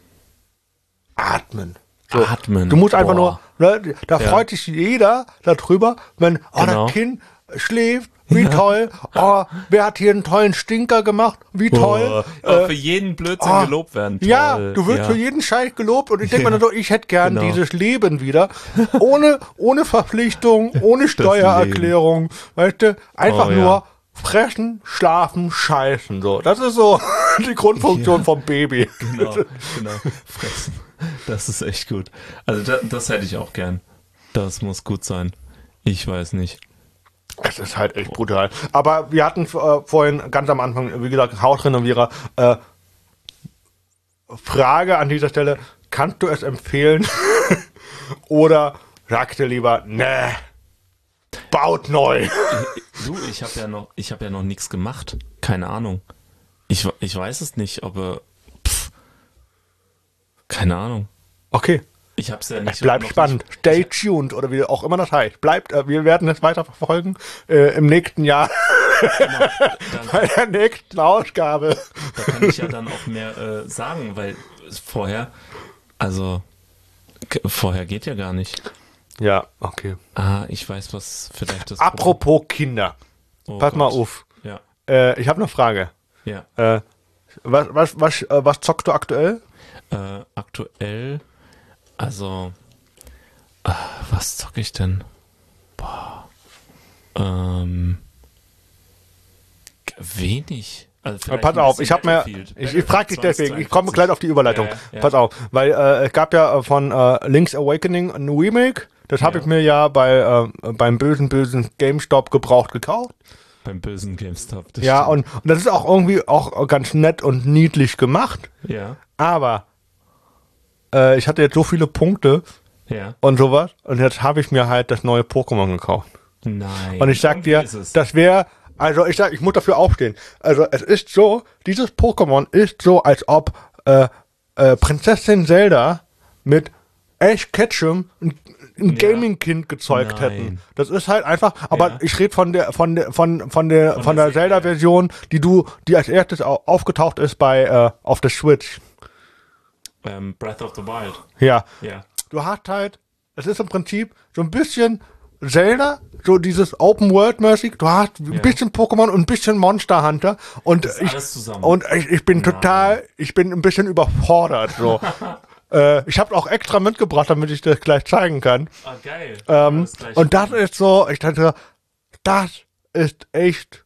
[SPEAKER 2] atmen. So.
[SPEAKER 1] Atmen.
[SPEAKER 2] Du musst einfach
[SPEAKER 1] Boah.
[SPEAKER 2] nur, ne, da
[SPEAKER 1] Ja.
[SPEAKER 2] freut sich jeder darüber, wenn, oh,
[SPEAKER 1] Genau.
[SPEAKER 2] das Kind schläft, wie toll, oh, wer hat hier einen tollen Stinker gemacht, wie toll.
[SPEAKER 1] Boah,
[SPEAKER 2] äh,
[SPEAKER 1] Oh, für jeden Blödsinn
[SPEAKER 2] ah,
[SPEAKER 1] gelobt werden. Toll.
[SPEAKER 2] Ja, du wirst
[SPEAKER 1] ja.
[SPEAKER 2] für jeden Scheiß gelobt und ich denke mir
[SPEAKER 1] Ja.
[SPEAKER 2] nur so, ich hätte gern
[SPEAKER 1] Genau.
[SPEAKER 2] dieses Leben wieder. Ohne, ohne Verpflichtung, ohne Steuererklärung, weißt du, einfach
[SPEAKER 1] Oh, ja.
[SPEAKER 2] nur fressen, schlafen, scheißen. So. Das ist so die Grundfunktion vom Baby.
[SPEAKER 1] Genau, genau. Fressen. Das ist echt gut. Also da, das hätte ich auch gern. Das muss gut sein. Ich weiß nicht.
[SPEAKER 2] Das ist halt echt brutal. Aber wir hatten äh, vorhin ganz am Anfang, wie gesagt, Hautrenovierer. Äh, Frage an dieser Stelle: Kannst du es empfehlen? Oder sagst du lieber, ne, baut neu?
[SPEAKER 1] Du, ich habe ja noch, ich habe ja noch nichts gemacht. Keine Ahnung. Ich, ich weiß es nicht, aber pff, keine Ahnung.
[SPEAKER 2] Okay,
[SPEAKER 1] Ich habe es ja nicht.
[SPEAKER 2] bleibt
[SPEAKER 1] noch
[SPEAKER 2] Äh, spannend. Stay tuned oder wie auch immer das heißt. Bleibt, äh, wir werden es weiter verfolgen äh, im nächsten Jahr
[SPEAKER 1] Genau. Nicht, dann,
[SPEAKER 2] bei der nächsten Ausgabe.
[SPEAKER 1] da kann ich ja dann auch mehr äh, sagen, weil es vorher, also k- vorher geht ja gar nicht.
[SPEAKER 2] Ja, okay.
[SPEAKER 1] Ah, ich weiß, was vielleicht das.
[SPEAKER 2] Apropos Kinder,
[SPEAKER 1] Problem- oh
[SPEAKER 2] pass mal
[SPEAKER 1] Gott.
[SPEAKER 2] auf.
[SPEAKER 1] Ja,
[SPEAKER 2] Äh, ich habe eine Frage.
[SPEAKER 1] ja.
[SPEAKER 2] Äh, was, was, was, äh, was zockst du aktuell?
[SPEAKER 1] Äh, aktuell, also, ah, was zocke ich denn? Boah. Ähm, g- wenig. Also vielleicht
[SPEAKER 2] Pass
[SPEAKER 1] ein
[SPEAKER 2] auf,
[SPEAKER 1] bisschen
[SPEAKER 2] ich habe mir,
[SPEAKER 1] Battlefield.
[SPEAKER 2] ich, ich frage dich
[SPEAKER 1] Battlefield
[SPEAKER 2] deswegen, ich komme
[SPEAKER 1] 2042.
[SPEAKER 2] gleich auf die Überleitung.
[SPEAKER 1] Ja, ja.
[SPEAKER 2] Pass auf, weil äh, es gab ja äh, von äh, Link's Awakening ein Remake, das habe
[SPEAKER 1] Ja.
[SPEAKER 2] ich mir ja bei äh, beim bösen, bösen GameStop gebraucht gekauft.
[SPEAKER 1] Beim bösen GameStop. das
[SPEAKER 2] Ja,
[SPEAKER 1] stimmt.
[SPEAKER 2] und, und das ist auch irgendwie auch ganz nett und niedlich gemacht,
[SPEAKER 1] Ja,
[SPEAKER 2] aber äh, ich hatte jetzt so viele Punkte
[SPEAKER 1] ja.
[SPEAKER 2] und sowas und jetzt habe ich mir halt das neue Pokémon gekauft.
[SPEAKER 1] Nein.
[SPEAKER 2] Und ich sag
[SPEAKER 1] Irgendwie
[SPEAKER 2] dir,
[SPEAKER 1] ist es.
[SPEAKER 2] das wäre, also ich sag, ich muss dafür aufstehen. Also es ist so, dieses Pokémon ist so, als ob äh, äh, Prinzessin Zelda mit Ash Ketchum ein, ein
[SPEAKER 1] Ja.
[SPEAKER 2] Gaming-Kind gezeugt
[SPEAKER 1] Nein.
[SPEAKER 2] hätten. Das ist halt einfach, aber
[SPEAKER 1] Ja.
[SPEAKER 2] ich rede von der von der von von der von, der,
[SPEAKER 1] der Serie.
[SPEAKER 2] Zelda-Version, die du, die als erstes au aufgetaucht ist bei äh, auf der Switch.
[SPEAKER 1] Ähm, Breath of the Wild.
[SPEAKER 2] Ja.
[SPEAKER 1] Ja.
[SPEAKER 2] Du hast halt, es ist im Prinzip so ein bisschen Zelda, so dieses Open World mäßig. Du hast ein bisschen Pokémon und ein bisschen Monster Hunter und ich
[SPEAKER 1] alles zusammen.
[SPEAKER 2] und ich, ich bin total, ich bin ein bisschen überfordert so. äh, ich habe auch extra mitgebracht, damit ich das gleich zeigen kann.
[SPEAKER 1] Ah, geil.
[SPEAKER 2] Ähm,
[SPEAKER 1] Alles gleich.
[SPEAKER 2] und das ist so, ich dachte, das ist echt.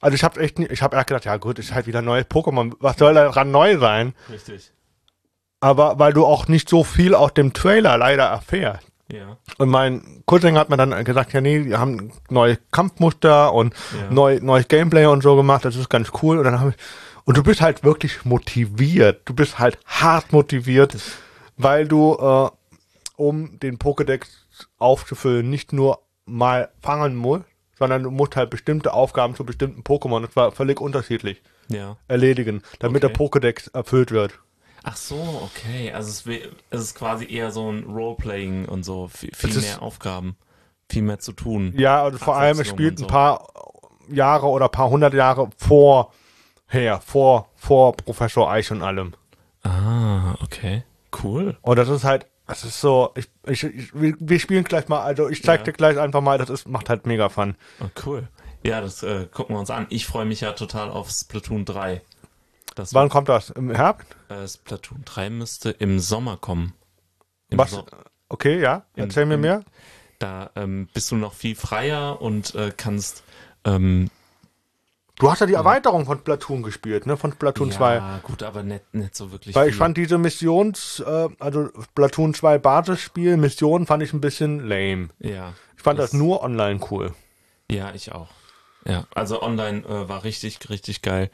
[SPEAKER 2] Also ich habe echt, nie- ich habe eher gedacht, ja gut, ist halt wieder neues Pokémon. Was soll daran neu sein?
[SPEAKER 1] Richtig.
[SPEAKER 2] Aber weil du auch nicht so viel aus dem Trailer leider erfährst.
[SPEAKER 1] Ja.
[SPEAKER 2] Und mein Cousin hat mir dann gesagt, ja nee, wir haben neue Kampfmuster und
[SPEAKER 1] Ja.
[SPEAKER 2] neu, neues Gameplay und so gemacht, das ist ganz cool. Und dann habe ich, und du bist halt wirklich motiviert, du bist halt hart motiviert, weil du, äh, um den Pokédex aufzufüllen, nicht nur mal fangen musst, sondern du musst halt bestimmte Aufgaben zu bestimmten Pokémon, und zwar völlig unterschiedlich,
[SPEAKER 1] Ja.
[SPEAKER 2] erledigen, damit
[SPEAKER 1] Okay.
[SPEAKER 2] der Pokédex erfüllt wird.
[SPEAKER 1] Ach so, okay. Also es, we- es ist quasi eher so ein Roleplaying und so. Viel,
[SPEAKER 2] Es
[SPEAKER 1] viel
[SPEAKER 2] ist-
[SPEAKER 1] mehr Aufgaben, viel mehr zu tun.
[SPEAKER 2] Ja, also vor allem, es
[SPEAKER 1] Abwechslung und
[SPEAKER 2] spielt
[SPEAKER 1] so.
[SPEAKER 2] ein paar Jahre oder ein paar hundert Jahre vorher, vor, vor Professor Eich und allem.
[SPEAKER 1] Ah, okay. Cool.
[SPEAKER 2] Und das ist halt, das ist so, ich, ich, ich, wir wir spielen gleich mal, also ich zeig
[SPEAKER 1] Ja.
[SPEAKER 2] dir gleich einfach mal, das ist, macht halt mega Fun.
[SPEAKER 1] Ah, cool. Ja, das äh, gucken wir uns an. Ich freue mich ja total auf Splatoon 3. Das
[SPEAKER 2] Wann kommt das? Im Herbst?
[SPEAKER 1] äh, Splatoon 3 müsste im Sommer kommen. Im
[SPEAKER 2] Was?
[SPEAKER 1] So-
[SPEAKER 2] Okay, ja,
[SPEAKER 1] Im-
[SPEAKER 2] erzähl mir
[SPEAKER 1] im-
[SPEAKER 2] mehr.
[SPEAKER 1] da ähm, bist du noch viel freier und äh, kannst ähm,
[SPEAKER 2] Du hast ja die Erweiterung von Platoon gespielt, ne, von Platoon 2.
[SPEAKER 1] Ja, gut, aber nicht, nicht so wirklich.
[SPEAKER 2] Weil
[SPEAKER 1] viel.
[SPEAKER 2] ich fand diese Missions, äh, also Platoon 2 Basisspiel, Mission fand ich ein bisschen lame.
[SPEAKER 1] Ja.
[SPEAKER 2] Ich fand
[SPEAKER 1] Das-
[SPEAKER 2] das nur online cool.
[SPEAKER 1] Ja, ich auch. Ja, also online äh, war richtig, richtig geil.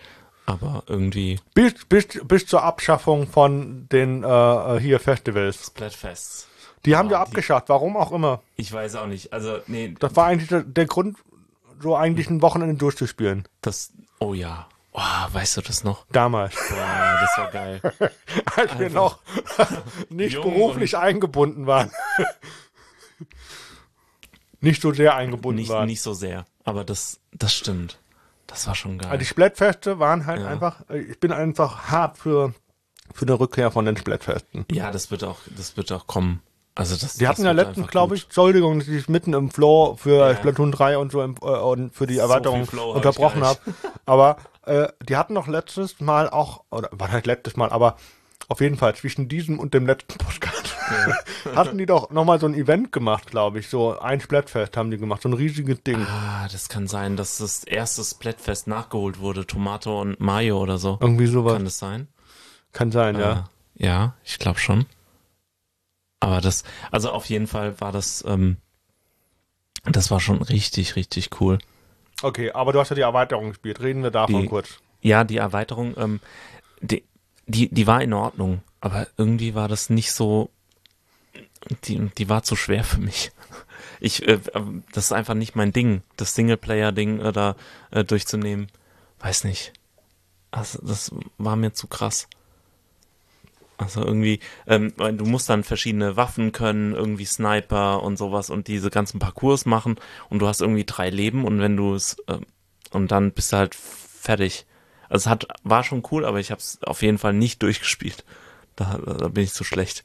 [SPEAKER 1] Aber irgendwie
[SPEAKER 2] Bis, bis, bis zur Abschaffung von den äh, äh, hier Festivals.
[SPEAKER 1] Splatfests.
[SPEAKER 2] Die haben wir
[SPEAKER 1] Ja, die-
[SPEAKER 2] abgeschafft, warum auch immer.
[SPEAKER 1] Ich weiß auch nicht. Also, nee,
[SPEAKER 2] Das war eigentlich der, der Grund, so eigentlich ein Wochenende durchzuspielen.
[SPEAKER 1] das. Oh ja. Oh, weißt du das noch?
[SPEAKER 2] Damals.
[SPEAKER 1] Boah, das war geil.
[SPEAKER 2] Als
[SPEAKER 1] Also.
[SPEAKER 2] wir noch nicht
[SPEAKER 1] Jung
[SPEAKER 2] beruflich eingebunden waren. nicht so sehr eingebunden
[SPEAKER 1] Nicht,
[SPEAKER 2] waren.
[SPEAKER 1] nicht so sehr. Aber das, das stimmt. Das war schon geil.
[SPEAKER 2] Also die Splatfeste waren halt
[SPEAKER 1] Ja.
[SPEAKER 2] einfach, ich bin einfach hart für, für eine Rückkehr von den Splatfesten.
[SPEAKER 1] ja, das wird auch, das wird auch kommen. Also das.
[SPEAKER 2] Die
[SPEAKER 1] das
[SPEAKER 2] hatten ja
[SPEAKER 1] wird
[SPEAKER 2] letztens,
[SPEAKER 1] einfach
[SPEAKER 2] glaube
[SPEAKER 1] gut.
[SPEAKER 2] ich, Entschuldigung, dass ich mitten im Floor für
[SPEAKER 1] Ja.
[SPEAKER 2] Splatoon 3 und so im, äh, und für die
[SPEAKER 1] So
[SPEAKER 2] Erweiterung
[SPEAKER 1] viel Flow hab
[SPEAKER 2] unterbrochen
[SPEAKER 1] ich
[SPEAKER 2] habe. Aber äh, die hatten noch letztes Mal auch, oder war halt letztes Mal, aber auf jeden Fall zwischen diesem und dem letzten Podcast hatten die doch nochmal so ein Event gemacht, glaube ich. So ein Splatfest haben die gemacht, so ein riesiges Ding.
[SPEAKER 1] Ah, das kann sein, dass das erste Splatfest nachgeholt wurde. Tomato und Mayo oder so.
[SPEAKER 2] Irgendwie sowas.
[SPEAKER 1] Kann
[SPEAKER 2] Kann,
[SPEAKER 1] das sein?
[SPEAKER 2] sein, ja.
[SPEAKER 1] Äh, ja, ich glaube schon. Aber das, also auf jeden Fall war das, ähm, das war schon richtig, richtig cool.
[SPEAKER 2] Okay, aber du hast ja die Erweiterung gespielt. Reden wir davon
[SPEAKER 1] Die-
[SPEAKER 2] kurz.
[SPEAKER 1] Ja, die Erweiterung, ähm, die, die, die war in Ordnung, aber irgendwie war das nicht so, die, die war zu schwer für mich. Ich, äh, ähm, das ist einfach nicht mein Ding, das Singleplayer-Ding äh, da äh, durchzunehmen. Weiß nicht. Also, das war mir zu krass. Also irgendwie, ähm, weil du musst dann verschiedene Waffen können, irgendwie Sniper und sowas und diese ganzen Parcours machen und du hast irgendwie drei Leben und wenn du es ähm, und dann bist du halt fertig. Also es hat, war schon cool, aber ich habe es auf jeden Fall nicht durchgespielt. Da, da bin ich zu schlecht.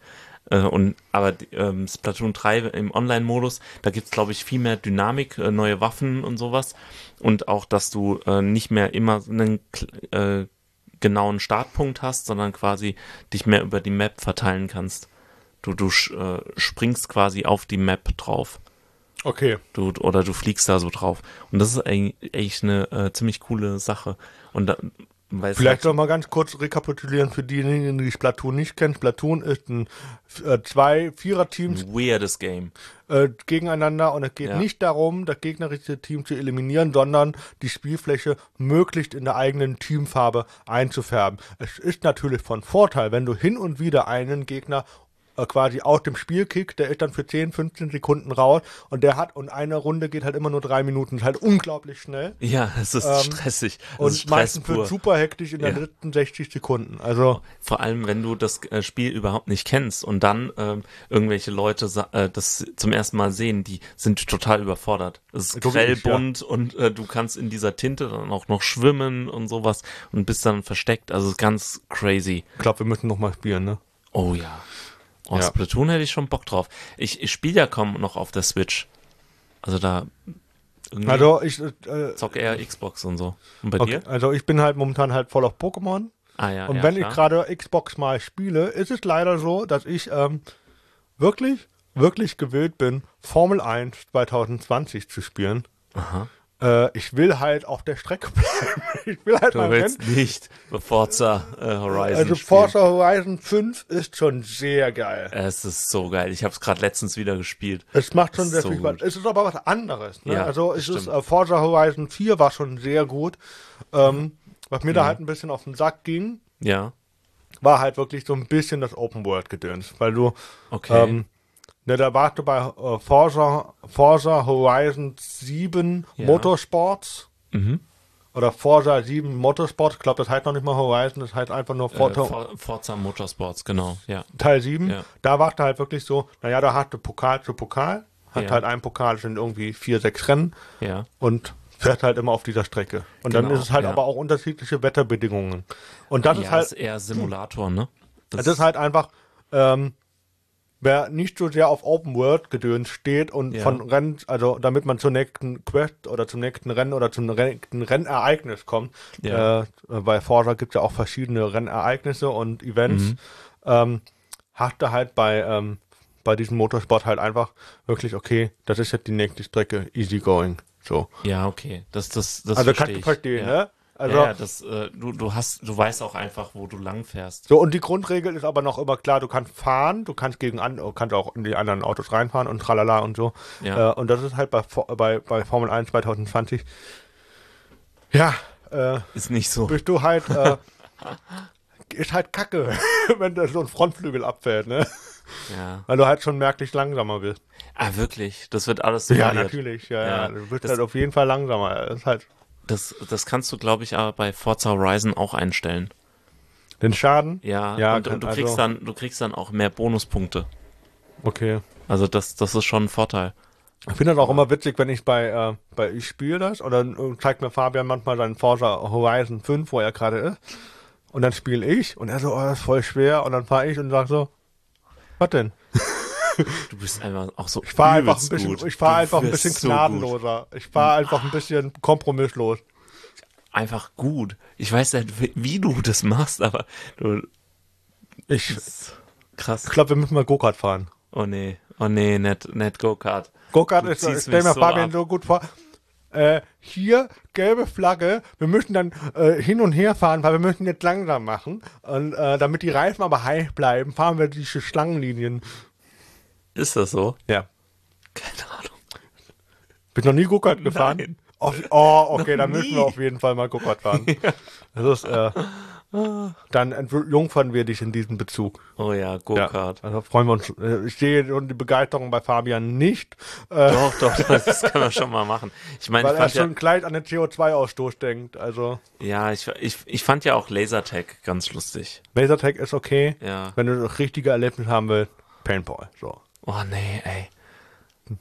[SPEAKER 1] Äh, und, aber die, ähm, Splatoon 3 im Online-Modus, da gibt's glaube ich, viel mehr Dynamik, äh, neue Waffen und sowas. Und auch, dass du äh, nicht mehr immer einen kl- äh, genauen Startpunkt hast, sondern quasi dich mehr über die Map verteilen kannst. Du, du sch- äh, springst quasi auf die Map drauf.
[SPEAKER 2] Okay.
[SPEAKER 1] Du, oder du fliegst da so drauf. Und das ist eigentlich eigentlich eine äh, ziemlich coole Sache. Und da, weil es
[SPEAKER 2] Vielleicht
[SPEAKER 1] halt,
[SPEAKER 2] noch mal ganz kurz rekapitulieren für diejenigen, die Splatoon nicht kennen. Splatoon ist ein äh, zwei Vierer-Teams
[SPEAKER 1] halt ein weirdes Game.
[SPEAKER 2] äh, gegeneinander und es geht
[SPEAKER 1] Mhm. Ja.
[SPEAKER 2] nicht darum, das gegnerische Team zu eliminieren, sondern die Spielfläche möglichst in der eigenen Teamfarbe einzufärben. Es ist natürlich von Vorteil, wenn du hin und wieder einen Gegner äh, quasi aus dem Spiel kickt, der ist dann für 10, 15 Sekunden raus und der hat und eine Runde geht halt immer nur drei Minuten, ist halt unglaublich schnell
[SPEAKER 1] Ja, es ist
[SPEAKER 2] Ähm,
[SPEAKER 1] stressig. Es ist
[SPEAKER 2] und
[SPEAKER 1] Stress
[SPEAKER 2] meistens
[SPEAKER 1] pur.
[SPEAKER 2] wird super hektisch in der
[SPEAKER 1] Ja.
[SPEAKER 2] dritten 60 Sekunden. Also
[SPEAKER 1] Vor allem, wenn du das äh, Spiel überhaupt nicht kennst und dann ähm, irgendwelche Leute sa- äh, das zum ersten Mal sehen, die sind total überfordert. Es ist
[SPEAKER 2] So wie ich, ja.
[SPEAKER 1] grellbunt und äh, du kannst in dieser Tinte dann auch noch schwimmen und sowas und bist dann versteckt. Also ganz crazy.
[SPEAKER 2] Ich glaube, wir müssen noch mal spielen, ne?
[SPEAKER 1] Oh ja. Oh,
[SPEAKER 2] Ja.
[SPEAKER 1] Splatoon hätte ich schon Bock drauf. Ich, ich spiele ja kaum noch auf der Switch. Also da irgendwie
[SPEAKER 2] Also ich, äh,
[SPEAKER 1] zock eher Xbox und so. Und bei
[SPEAKER 2] okay,
[SPEAKER 1] dir?
[SPEAKER 2] also ich bin halt momentan halt voll auf Pokémon.
[SPEAKER 1] Ah ja.
[SPEAKER 2] Und
[SPEAKER 1] ja,
[SPEAKER 2] wenn
[SPEAKER 1] klar.
[SPEAKER 2] ich gerade Xbox mal spiele, ist es leider so, dass ich ähm, wirklich, wirklich gewillt bin, Formel 1 2020 zu spielen.
[SPEAKER 1] Aha.
[SPEAKER 2] äh, ich will halt auf der Strecke bleiben. Ich will halt
[SPEAKER 1] Du
[SPEAKER 2] mal rennen.
[SPEAKER 1] willst nicht Forza äh, Horizon
[SPEAKER 2] Also
[SPEAKER 1] spielen.
[SPEAKER 2] Forza Horizon 5 ist schon sehr geil.
[SPEAKER 1] Es ist so geil. Ich habe es gerade letztens wieder gespielt.
[SPEAKER 2] Es macht schon
[SPEAKER 1] Ist
[SPEAKER 2] sehr
[SPEAKER 1] so
[SPEAKER 2] viel Spaß.
[SPEAKER 1] gut.
[SPEAKER 2] Es ist aber was anderes. Ne?
[SPEAKER 1] Ja,
[SPEAKER 2] also es
[SPEAKER 1] stimmt.
[SPEAKER 2] ist äh, Forza Horizon 4 war schon sehr gut. Ähm, was mir da
[SPEAKER 1] Mhm.
[SPEAKER 2] halt ein bisschen auf den Sack ging,
[SPEAKER 1] Ja,
[SPEAKER 2] war halt wirklich so ein bisschen das Open World Gedöns, weil du
[SPEAKER 1] okay.
[SPEAKER 2] ähm, ne, da warst du bei äh, Forza, Forza Horizon 7
[SPEAKER 1] Ja.
[SPEAKER 2] Motorsports
[SPEAKER 1] mhm.
[SPEAKER 2] oder Forza 7 Motorsport. Ich glaube, das heißt noch nicht mal Horizon, das heißt einfach nur
[SPEAKER 1] äh,
[SPEAKER 2] Forza,
[SPEAKER 1] For Forza Motorsports, genau. Ja,
[SPEAKER 2] Teil 7,
[SPEAKER 1] Ja.
[SPEAKER 2] da war es halt wirklich so, naja, da hatte Pokal zu Pokal, hat
[SPEAKER 1] Ja.
[SPEAKER 2] halt ein Pokal sind irgendwie vier, sechs Rennen
[SPEAKER 1] ja.
[SPEAKER 2] und fährt halt immer auf dieser Strecke. Und dann
[SPEAKER 1] Genau,
[SPEAKER 2] ist es halt
[SPEAKER 1] ja.
[SPEAKER 2] aber auch unterschiedliche Wetterbedingungen. Und das
[SPEAKER 1] ja,
[SPEAKER 2] ist halt,
[SPEAKER 1] ist eher Simulator, ne?
[SPEAKER 2] das ist halt einfach, ähm, wer nicht so sehr auf Open World gedöns steht und
[SPEAKER 1] Ja.
[SPEAKER 2] von Rennen, also damit man zur nächsten Quest oder zum nächsten Rennen oder zum nächsten Rennereignis kommt,
[SPEAKER 1] Ja.
[SPEAKER 2] äh, bei Forza gibt es ja auch verschiedene Rennereignisse und Events,
[SPEAKER 1] Mhm.
[SPEAKER 2] ähm, hat er halt bei, ähm, bei diesem Motorsport halt einfach wirklich, okay, das ist jetzt die nächste Strecke, easy going. So.
[SPEAKER 1] ja, okay. Das, das, das
[SPEAKER 2] Also
[SPEAKER 1] versteh
[SPEAKER 2] kannst du
[SPEAKER 1] ich.
[SPEAKER 2] verstehen,
[SPEAKER 1] ja.
[SPEAKER 2] ne? Also,
[SPEAKER 1] ja, ja, das, äh, du, du hast, du weißt auch einfach, wo du lang fährst.
[SPEAKER 2] So, und die Grundregel ist aber noch immer klar, du kannst fahren, du kannst gegen an, kannst auch in die anderen Autos reinfahren und tralala und so.
[SPEAKER 1] Ja.
[SPEAKER 2] Äh, und das ist halt bei, Fo- bei, bei Formel 1 2020, ja, äh,
[SPEAKER 1] Ist nicht so.
[SPEAKER 2] bist du halt, äh, ist halt kacke, wenn da so ein Frontflügel abfällt, ne?
[SPEAKER 1] Ja.
[SPEAKER 2] Weil du halt schon merklich langsamer bist.
[SPEAKER 1] Ah, wirklich. Das wird alles
[SPEAKER 2] Ja,
[SPEAKER 1] simuliert.
[SPEAKER 2] natürlich, ja, ja.
[SPEAKER 1] Ja,
[SPEAKER 2] Du bist
[SPEAKER 1] das-
[SPEAKER 2] halt auf jeden Fall langsamer. Das ist halt
[SPEAKER 1] Das, das kannst du, glaube ich, aber bei Forza Horizon auch einstellen.
[SPEAKER 2] den Schaden.
[SPEAKER 1] Ja,
[SPEAKER 2] Ja,
[SPEAKER 1] und,
[SPEAKER 2] kann-
[SPEAKER 1] und du kriegst
[SPEAKER 2] also-
[SPEAKER 1] dann, du kriegst dann auch mehr Bonuspunkte.
[SPEAKER 2] Okay.
[SPEAKER 1] Also das, das ist schon ein Vorteil.
[SPEAKER 2] Ich finde das auch immer witzig, wenn ich bei, äh, bei ich spiele das oder äh, zeigt mir Fabian manchmal seinen Forza Horizon 5, wo er gerade ist. Und dann spiele ich und er so, oh, das ist voll schwer. Und dann fahre ich und sage so, was denn?
[SPEAKER 1] Du bist einfach auch so.
[SPEAKER 2] Ich fahre einfach ein bisschen,
[SPEAKER 1] gut.
[SPEAKER 2] ich fahre
[SPEAKER 1] Du
[SPEAKER 2] einfach ein
[SPEAKER 1] wirst
[SPEAKER 2] bisschen
[SPEAKER 1] so gut.
[SPEAKER 2] gnadenloser. Ich fahre einfach ein bisschen kompromisslos.
[SPEAKER 1] Einfach gut. Ich weiß nicht, wie- wie du das machst, aber du.
[SPEAKER 2] Ich, ich
[SPEAKER 1] Krass.
[SPEAKER 2] glaube, wir müssen mal Go-Kart fahren.
[SPEAKER 1] Oh nee, oh nee, net, net Go-Kart.
[SPEAKER 2] Go-Kart
[SPEAKER 1] Du
[SPEAKER 2] ist, ich
[SPEAKER 1] ziehst
[SPEAKER 2] stell
[SPEAKER 1] mich
[SPEAKER 2] mir
[SPEAKER 1] so
[SPEAKER 2] Fabian
[SPEAKER 1] ab.
[SPEAKER 2] so gut vor. Äh, hier, gelbe Flagge. Wir müssen dann äh, hin und her fahren, weil wir müssen jetzt langsam machen. Und äh, damit die Reifen aber heil bleiben, fahren wir diese Schlangenlinien.
[SPEAKER 1] Ist das so?
[SPEAKER 2] Ja.
[SPEAKER 1] Keine Ahnung.
[SPEAKER 2] Bist noch nie Go-Kart gefahren?
[SPEAKER 1] Nein.
[SPEAKER 2] Auf, oh, okay, dann müssen
[SPEAKER 1] nie.
[SPEAKER 2] wir auf jeden Fall mal Go-Kart fahren. Das ist, äh, dann entjungfern wir dich in diesem Bezug.
[SPEAKER 1] Oh ja, Go-Kart.
[SPEAKER 2] also freuen wir uns. Äh, Ich sehe schon die Begeisterung bei Fabian nicht, äh,
[SPEAKER 1] Doch, doch, das können wir schon mal machen. Ich meine,
[SPEAKER 2] weil
[SPEAKER 1] ich
[SPEAKER 2] er
[SPEAKER 1] fand ja,
[SPEAKER 2] schon gleich an den CO2-Ausstoß denkt. Also.
[SPEAKER 1] ja ich, ich, ich fand ja auch Lasertag ganz lustig.
[SPEAKER 2] Lasertag ist okay,
[SPEAKER 1] Ja.
[SPEAKER 2] wenn du das richtige Erlebnis haben willst, Paintball. So.
[SPEAKER 1] Oh nee, ey.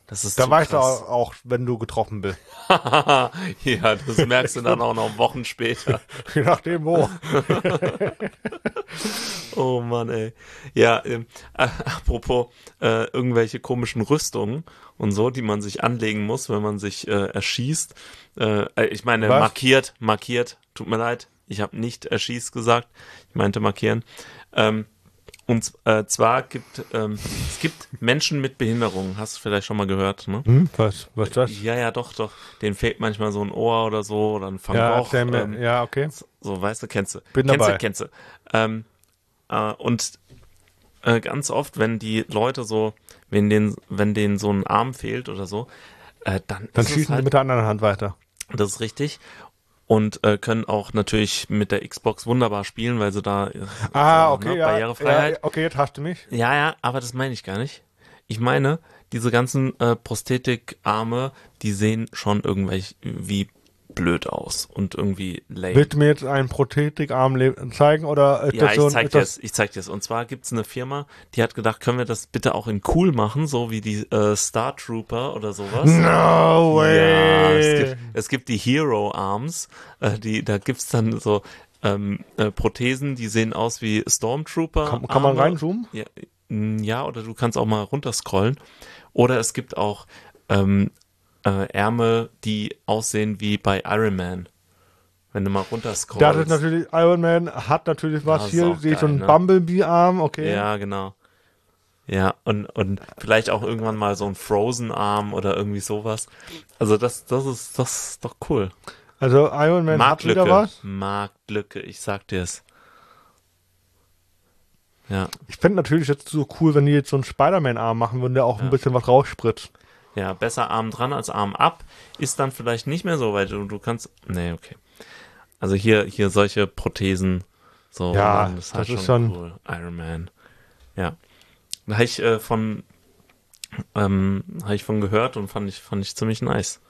[SPEAKER 1] Das ist
[SPEAKER 2] Da
[SPEAKER 1] zu
[SPEAKER 2] weißt du
[SPEAKER 1] krass.
[SPEAKER 2] auch, auch, wenn du getroffen bist.
[SPEAKER 1] ja, das merkst du dann auch noch Wochen später.
[SPEAKER 2] Je nachdem wo.
[SPEAKER 1] Oh Mann, ey. Ja, ähm, äh, apropos äh, irgendwelche komischen Rüstungen und so, die man sich anlegen muss, wenn man sich äh, erschießt. Äh, äh, ich meine,
[SPEAKER 2] Was?
[SPEAKER 1] markiert, markiert. Tut mir leid, ich habe nicht erschießt gesagt. Ich meinte markieren. Ähm, und z- äh, zwar gibt ähm, es gibt Menschen mit Behinderungen. Hast du vielleicht schon mal gehört, ne?
[SPEAKER 2] Hm, was, was ist das?
[SPEAKER 1] Ja, ja, doch, doch. Denen fehlt manchmal so ein Ohr oder so oder ein
[SPEAKER 2] Ja,
[SPEAKER 1] Fangroch.
[SPEAKER 2] erzähl mir-
[SPEAKER 1] ähm,
[SPEAKER 2] ja, okay.
[SPEAKER 1] so, weißt du, kennst du.
[SPEAKER 2] Bin
[SPEAKER 1] kennst
[SPEAKER 2] dabei.
[SPEAKER 1] du, kennst du. Ähm, äh, und äh, ganz oft, wenn die Leute so, wenn denen, wenn denen so ein Arm fehlt oder so, äh, dann,
[SPEAKER 2] Dann
[SPEAKER 1] ist es
[SPEAKER 2] schießen
[SPEAKER 1] halt,
[SPEAKER 2] sie mit der anderen Hand weiter.
[SPEAKER 1] das ist richtig. Und äh, können auch natürlich mit der Xbox wunderbar spielen, weil sie da äh,
[SPEAKER 2] Ah,
[SPEAKER 1] so,
[SPEAKER 2] okay,
[SPEAKER 1] ne,
[SPEAKER 2] ja,
[SPEAKER 1] Barrierefreiheit.
[SPEAKER 2] ja. Okay, jetzt hast du mich.
[SPEAKER 1] Ja, ja, aber das meine ich gar nicht. Ich meine, diese ganzen äh, Prosthetikarme, die sehen schon irgendwelche wie blöd aus und irgendwie lame.
[SPEAKER 2] Willst du mir jetzt einen Prothetikarm le- zeigen oder ist
[SPEAKER 1] Ja,
[SPEAKER 2] das
[SPEAKER 1] ich
[SPEAKER 2] so ein,
[SPEAKER 1] zeig
[SPEAKER 2] ist
[SPEAKER 1] dir
[SPEAKER 2] das,
[SPEAKER 1] das, ich zeig dir das. Und zwar gibt's eine Firma, die hat gedacht, können wir das bitte auch in cool machen, so wie die äh, Star Trooper oder sowas.
[SPEAKER 2] No
[SPEAKER 1] Ja, es
[SPEAKER 2] way!
[SPEAKER 1] gibt, es gibt die Hero Arms, äh, die, da gibt's dann so ähm, äh, Prothesen, die sehen aus wie Stormtrooper.
[SPEAKER 2] kann, kann man
[SPEAKER 1] Arme.
[SPEAKER 2] reinzoomen?
[SPEAKER 1] Ja, mm, ja, oder du kannst auch mal runterscrollen. Oder es gibt auch ähm, äh, Ärmel, die aussehen wie bei Iron Man. Wenn du mal runterscrollst.
[SPEAKER 2] Das ist natürlich, Iron Man hat natürlich was
[SPEAKER 1] Das ist
[SPEAKER 2] hier,
[SPEAKER 1] auch
[SPEAKER 2] sehe ich so
[SPEAKER 1] geil,
[SPEAKER 2] einen
[SPEAKER 1] ne?
[SPEAKER 2] Bumblebee-Arm, okay.
[SPEAKER 1] Ja, genau. Ja, und, und vielleicht auch irgendwann mal so ein Frozen-Arm oder irgendwie sowas. Also das, das ist, das ist doch cool.
[SPEAKER 2] Also Iron Man hat wieder
[SPEAKER 1] Marktlücke.
[SPEAKER 2] was.
[SPEAKER 1] Marktlücke, ich sag dir's. Ja,
[SPEAKER 2] Ich fände natürlich jetzt so cool, wenn die jetzt so einen Spider-Man-Arm machen würden, der auch ein bisschen was rausspritzt.
[SPEAKER 1] ja, besser Arm dran als Arm ab. Ist dann vielleicht nicht mehr so, weil du, du kannst. Nee, okay. Also hier, hier solche Prothesen. So,
[SPEAKER 2] Ja,
[SPEAKER 1] Mann, ist halt
[SPEAKER 2] das ist
[SPEAKER 1] schon
[SPEAKER 2] schon-
[SPEAKER 1] cool. Iron Man. Ja. Da habe ich äh, von ähm, habe ich von gehört und fand ich, fand ich ziemlich nice.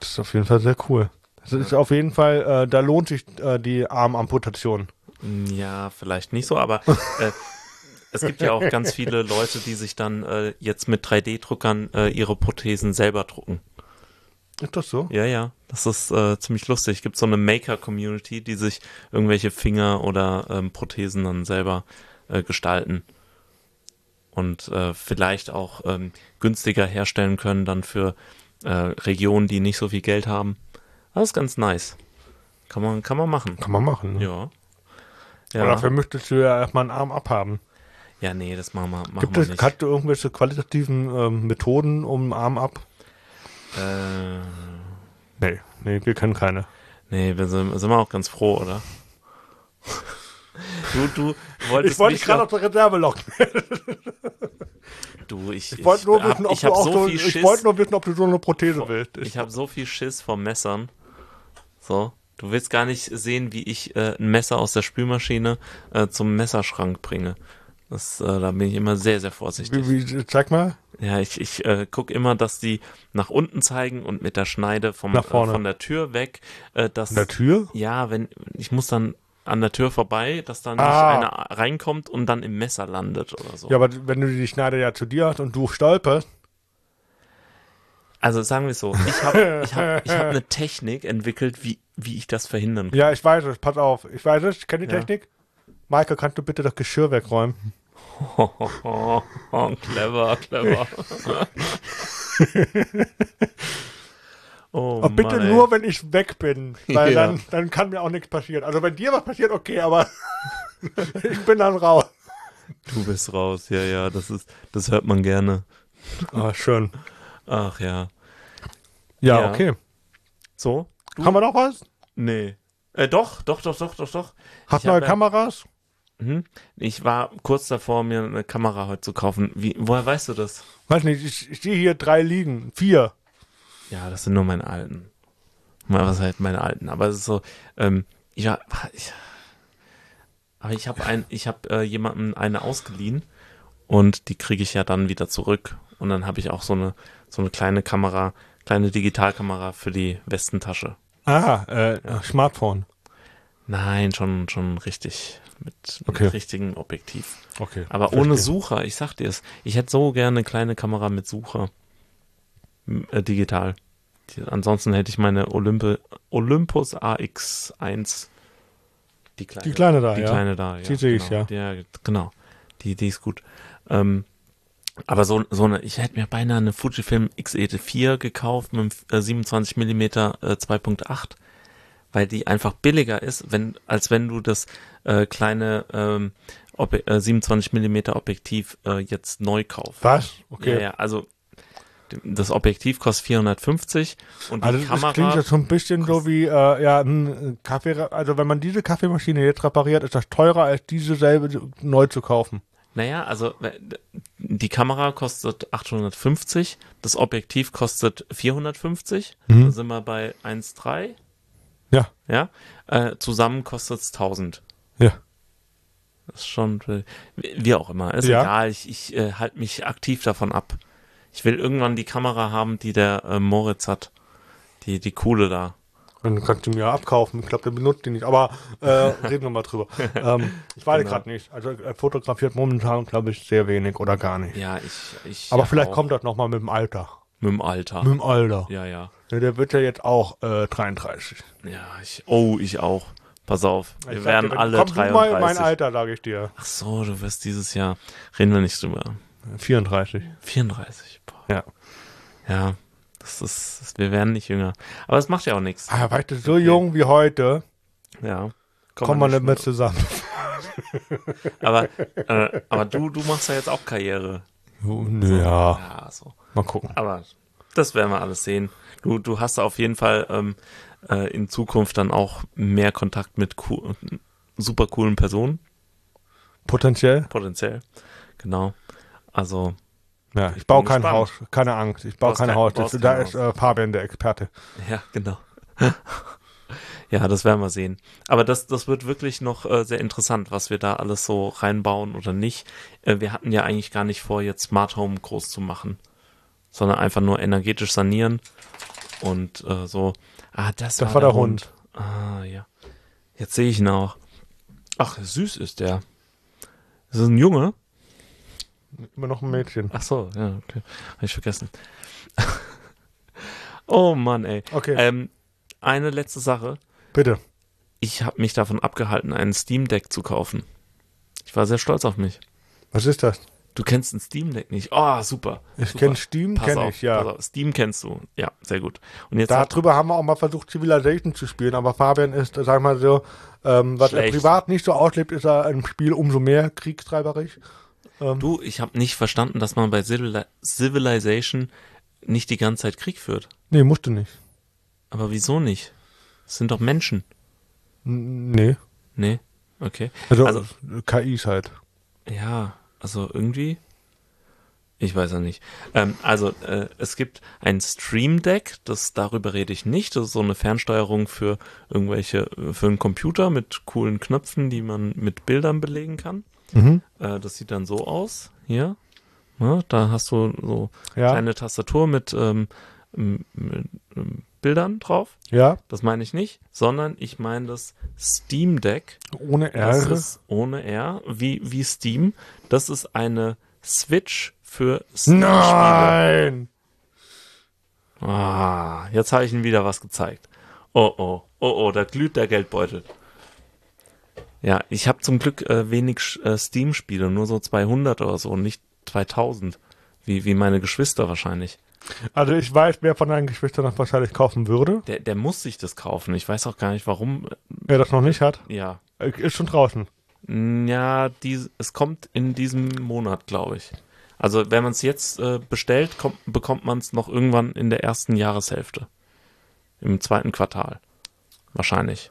[SPEAKER 2] Das ist auf jeden Fall sehr cool. Das ist auf jeden Fall, äh, da lohnt sich äh, die Armamputation.
[SPEAKER 1] Ja, vielleicht nicht so, aber äh, es gibt ja auch ganz viele Leute, die sich dann äh, jetzt mit 3D-Druckern äh, ihre Prothesen selber drucken.
[SPEAKER 2] Ist das so?
[SPEAKER 1] Ja, ja, das ist äh, ziemlich lustig. Gibt so eine Maker-Community, die sich irgendwelche Finger oder ähm, Prothesen dann selber äh, gestalten und äh, vielleicht auch ähm, günstiger herstellen können dann für äh, Regionen, die nicht so viel Geld haben. Das ist ganz nice. Kann man, kann man machen.
[SPEAKER 2] Kann man machen. Ne?
[SPEAKER 1] Ja.
[SPEAKER 2] Aber dafür müsstest du ja erstmal einen Arm abhaben.
[SPEAKER 1] Ja, nee, das machen wir, machen
[SPEAKER 2] Gibt
[SPEAKER 1] wir
[SPEAKER 2] es,
[SPEAKER 1] nicht.
[SPEAKER 2] hast du irgendwelche qualitativen ähm, Methoden um einen Arm ab?
[SPEAKER 1] Äh,
[SPEAKER 2] Nee. Nee, wir kennen keine.
[SPEAKER 1] nee, wir sind, sind wir auch ganz froh, oder? Du, du wolltest
[SPEAKER 2] Ich wollte
[SPEAKER 1] mich
[SPEAKER 2] gerade auf
[SPEAKER 1] doch,
[SPEAKER 2] der Reserve locken.
[SPEAKER 1] du, ich,
[SPEAKER 2] Ich wollte nur
[SPEAKER 1] hab,
[SPEAKER 2] wissen, ob
[SPEAKER 1] ich
[SPEAKER 2] du
[SPEAKER 1] hab
[SPEAKER 2] auch
[SPEAKER 1] so
[SPEAKER 2] so,
[SPEAKER 1] viel
[SPEAKER 2] ich
[SPEAKER 1] Schiss,
[SPEAKER 2] wollte nur wissen, ob du so eine Prothese willst.
[SPEAKER 1] ich habe so viel Schiss vor Messern. So, du willst gar nicht sehen, wie ich äh, ein Messer aus der Spülmaschine äh, zum Messerschrank bringe. Das, äh, da bin ich immer sehr, sehr vorsichtig.
[SPEAKER 2] wie, wie, zeig mal.
[SPEAKER 1] Ja, ich, ich äh, guck immer, dass die nach unten zeigen und mit der Schneide vom,
[SPEAKER 2] Nach vorne.
[SPEAKER 1] Äh, von der Tür weg, äh, dass
[SPEAKER 2] Tür?
[SPEAKER 1] Ja, wenn ich muss dann an der Tür vorbei, dass dann
[SPEAKER 2] Ah.
[SPEAKER 1] nicht einer reinkommt und dann im Messer landet oder so.
[SPEAKER 2] Ja, aber wenn du die Schneider ja zu dir hast und du stolperst,
[SPEAKER 1] Also sagen wir es so, ich habe ich hab, ich hab eine Technik entwickelt, wie, wie ich das verhindern kann.
[SPEAKER 2] Ja, ich weiß es, pass auf. Ich weiß es, ich kenne die
[SPEAKER 1] Ja.
[SPEAKER 2] Technik. Maike, kannst du bitte das Geschirr wegräumen?
[SPEAKER 1] Oh, clever, clever. oh,
[SPEAKER 2] Aber bitte
[SPEAKER 1] Mann, ey.
[SPEAKER 2] nur, wenn ich weg bin. Weil
[SPEAKER 1] Ja.
[SPEAKER 2] dann, dann kann mir auch nichts passieren. Also wenn dir was passiert, okay, aber ich bin dann raus.
[SPEAKER 1] Du bist raus, ja, ja, das ist, das hört man gerne.
[SPEAKER 2] Ah, schön.
[SPEAKER 1] Ach ja.
[SPEAKER 2] Ja,
[SPEAKER 1] Ja.
[SPEAKER 2] okay.
[SPEAKER 1] So? Du?
[SPEAKER 2] Haben wir noch was?
[SPEAKER 1] Nee. Äh, doch, doch, doch, doch, doch, doch.
[SPEAKER 2] Hast
[SPEAKER 1] Ich
[SPEAKER 2] neue
[SPEAKER 1] hab ja-
[SPEAKER 2] Kameras?
[SPEAKER 1] Mhm. Ich war kurz davor, mir eine Kamera heute zu kaufen. Wie, woher weißt du das?
[SPEAKER 2] Weiß nicht, ich, ich sehe hier drei liegen. Vier.
[SPEAKER 1] Ja, das sind nur meine alten. Mal was halt meine alten. Aber es ist so, ähm, ja, ich, aber ich habe ein, ich habe äh, jemandem eine ausgeliehen und die kriege ich ja dann wieder zurück. Und dann habe ich auch so eine, so eine kleine Kamera, kleine Digitalkamera für die Westentasche.
[SPEAKER 2] Ah, äh, Smartphone.
[SPEAKER 1] Nein, schon, schon richtig. Mit,
[SPEAKER 2] Okay.
[SPEAKER 1] mit richtigem Objektiv.
[SPEAKER 2] Okay.
[SPEAKER 1] Aber ohne Sucher, ich sag dir es. Ich hätte so gerne eine kleine Kamera mit Sucher. M- Äh, digital. Die, ansonsten hätte ich meine Olympe, Olympus AX1. Die kleine,
[SPEAKER 2] Die kleine da,
[SPEAKER 1] die
[SPEAKER 2] Ah, ja.
[SPEAKER 1] kleine da, ja.
[SPEAKER 2] Die sehe ich,
[SPEAKER 1] genau. Ja, genau. Die, die ist gut. Ähm, aber so, so eine, ich hätte mir beinahe eine Fujifilm XE4 gekauft mit einem äh, 27 mm äh, 2.8, weil die einfach billiger ist, wenn, als wenn du das äh, kleine ähm, Ob äh, 27 mm Objektiv äh, jetzt neu kaufst.
[SPEAKER 2] Was? Ah, Okay.
[SPEAKER 1] Ja, ja, also d- das Objektiv kostet 450 und die
[SPEAKER 2] Also das klingt
[SPEAKER 1] Kamera.
[SPEAKER 2] jetzt so ein bisschen so wie, äh, ja, ein Kaffee, also wenn man diese Kaffeemaschine jetzt repariert, ist das teurer, als diese selbe neu zu kaufen.
[SPEAKER 1] Naja, also w- d- die Kamera kostet 850, das Objektiv kostet 450,
[SPEAKER 2] Mhm.
[SPEAKER 1] da sind wir bei 1,3,
[SPEAKER 2] Ja,
[SPEAKER 1] ja, äh, zusammen kostet es 1000.
[SPEAKER 2] ja.
[SPEAKER 1] Das ist schon, äh, wie wie auch immer, ist
[SPEAKER 2] Ja.
[SPEAKER 1] egal, ich, ich äh, halte mich aktiv davon ab. Ich will irgendwann die Kamera haben, die der äh, Moritz hat, die, die coole da.
[SPEAKER 2] Dann kannst du mir abkaufen. Ich glaube, der benutzt die nicht. Aber äh, reden wir mal drüber. ähm, ich weiß
[SPEAKER 1] Genau.
[SPEAKER 2] gerade nicht. Also er fotografiert momentan, glaube ich, sehr wenig oder gar nicht.
[SPEAKER 1] Ja, ich, ich.
[SPEAKER 2] Aber vielleicht
[SPEAKER 1] auch
[SPEAKER 2] kommt das nochmal mit dem Alter.
[SPEAKER 1] Mit dem Alter.
[SPEAKER 2] Mit dem Alter.
[SPEAKER 1] ja, ja.
[SPEAKER 2] Ja, der wird ja jetzt auch äh, 33.
[SPEAKER 1] Ja, ich. Oh, ich auch. Pass auf, wir
[SPEAKER 2] Ich sag
[SPEAKER 1] werden
[SPEAKER 2] dir, wenn-
[SPEAKER 1] alle
[SPEAKER 2] komm
[SPEAKER 1] 33.
[SPEAKER 2] du mal in mein Alter, sage ich dir.
[SPEAKER 1] Ach so, du wirst dieses Jahr. Reden wir nicht drüber.
[SPEAKER 2] 34.
[SPEAKER 1] 34. Boah.
[SPEAKER 2] Ja.
[SPEAKER 1] Ja, das ist. Das, wir werden nicht jünger. Aber es macht ja auch nichts.
[SPEAKER 2] Ah, weißt du, so jung wie heute
[SPEAKER 1] Ja.
[SPEAKER 2] kommt man nicht
[SPEAKER 1] nicht
[SPEAKER 2] mehr zusammen.
[SPEAKER 1] mit. Aber, äh, aber du, du machst ja jetzt auch Karriere.
[SPEAKER 2] Ja,
[SPEAKER 1] Ja, so.
[SPEAKER 2] mal gucken.
[SPEAKER 1] Aber das werden wir alles sehen. Du, du hast auf jeden Fall ähm, äh, in Zukunft dann auch mehr Kontakt mit coo- super coolen Personen,
[SPEAKER 2] Potenziell?
[SPEAKER 1] potenziell. Genau. Also,
[SPEAKER 2] Ja, ich,
[SPEAKER 1] bin
[SPEAKER 2] baue kein
[SPEAKER 1] gespannt.
[SPEAKER 2] Haus. Keine Angst, ich baue
[SPEAKER 1] Baust
[SPEAKER 2] kein
[SPEAKER 1] kein-
[SPEAKER 2] Haus. Das,
[SPEAKER 1] baust
[SPEAKER 2] da
[SPEAKER 1] kein
[SPEAKER 2] ist äh, Fabian der Experte.
[SPEAKER 1] ja, genau. ja, das werden wir sehen. Aber das, das wird wirklich noch äh, sehr interessant, was wir da alles so reinbauen oder nicht. Äh, wir hatten ja eigentlich gar nicht vor, jetzt Smart Home groß zu machen, sondern einfach nur energetisch sanieren und äh, so. Ah, das,
[SPEAKER 2] Das war der Hund.
[SPEAKER 1] Ah, ja. Jetzt sehe ich ihn auch. Ach, süß ist der. Ist das ein Junge?
[SPEAKER 2] Immer noch ein Mädchen.
[SPEAKER 1] Ach so, ja, okay. Habe ich vergessen. oh Mann, ey.
[SPEAKER 2] Okay,
[SPEAKER 1] Ähm, eine letzte Sache.
[SPEAKER 2] bitte.
[SPEAKER 1] Ich habe mich davon abgehalten, einen Steam Deck zu kaufen. Ich war sehr stolz auf mich.
[SPEAKER 2] Was ist das?
[SPEAKER 1] Du kennst ein Steam Deck nicht. Oh, super.
[SPEAKER 2] Ich
[SPEAKER 1] Super.
[SPEAKER 2] kenne Steam,
[SPEAKER 1] Pass
[SPEAKER 2] kenne
[SPEAKER 1] auf,
[SPEAKER 2] ich, ja.
[SPEAKER 1] pass auf. Steam kennst du. Ja, sehr gut. Und jetzt hat-
[SPEAKER 2] Darüber haben wir auch mal versucht, Civilization zu spielen, aber Fabian ist, äh, sag ich mal so, ähm, was er
[SPEAKER 1] Schlecht.
[SPEAKER 2] privat nicht so auslebt, ist er im Spiel umso mehr kriegstreiberisch.
[SPEAKER 1] du, ich habe nicht verstanden, dass man bei Civili Civilization nicht die ganze Zeit Krieg führt.
[SPEAKER 2] Nee, musst du nicht.
[SPEAKER 1] Aber wieso nicht? Es sind doch Menschen.
[SPEAKER 2] N- Nee.
[SPEAKER 1] Nee. Okay.
[SPEAKER 2] Also,
[SPEAKER 1] Also-
[SPEAKER 2] KIs halt.
[SPEAKER 1] Ja, also irgendwie. Ich weiß ja nicht. Ähm, also äh, es gibt ein Stream Deck, das darüber rede ich nicht. Das ist so eine Fernsteuerung für irgendwelche äh, für einen Computer mit coolen Knöpfen, die man mit Bildern belegen kann.
[SPEAKER 2] Mhm.
[SPEAKER 1] Äh, das sieht dann so aus hier. Ne, da hast du so
[SPEAKER 2] Ja.
[SPEAKER 1] kleine Tastatur mit, ähm, m- mit ähm, Bildern drauf.
[SPEAKER 2] Ja.
[SPEAKER 1] Das meine ich nicht, sondern ich meine das Steam Deck.
[SPEAKER 2] Ohne
[SPEAKER 1] Das
[SPEAKER 2] R.
[SPEAKER 1] ist ohne R, wie, wie Steam. Das ist eine Switch für Steam-Spiele.
[SPEAKER 2] Nein!
[SPEAKER 1] Ah, jetzt habe ich Ihnen wieder was gezeigt. Oh oh, oh oh, da glüht der Geldbeutel. Ja, ich habe zum Glück äh, wenig Sch- äh, Steam-Spiele, nur so 200 oder so, nicht 2000, wie, wie meine Geschwister wahrscheinlich.
[SPEAKER 2] Also ich weiß, wer von deinen Geschwistern das wahrscheinlich kaufen würde.
[SPEAKER 1] Der, der muss sich das kaufen. Ich weiß auch gar nicht, warum.
[SPEAKER 2] Wer das noch nicht hat,
[SPEAKER 1] äh, Ja,
[SPEAKER 2] äh, ist schon draußen.
[SPEAKER 1] Mm, Ja, die, es kommt in diesem Monat, glaube ich. Also wenn man es jetzt äh, bestellt, kommt, bekommt man es noch irgendwann in der ersten Jahreshälfte. Im zweiten Quartal. Wahrscheinlich.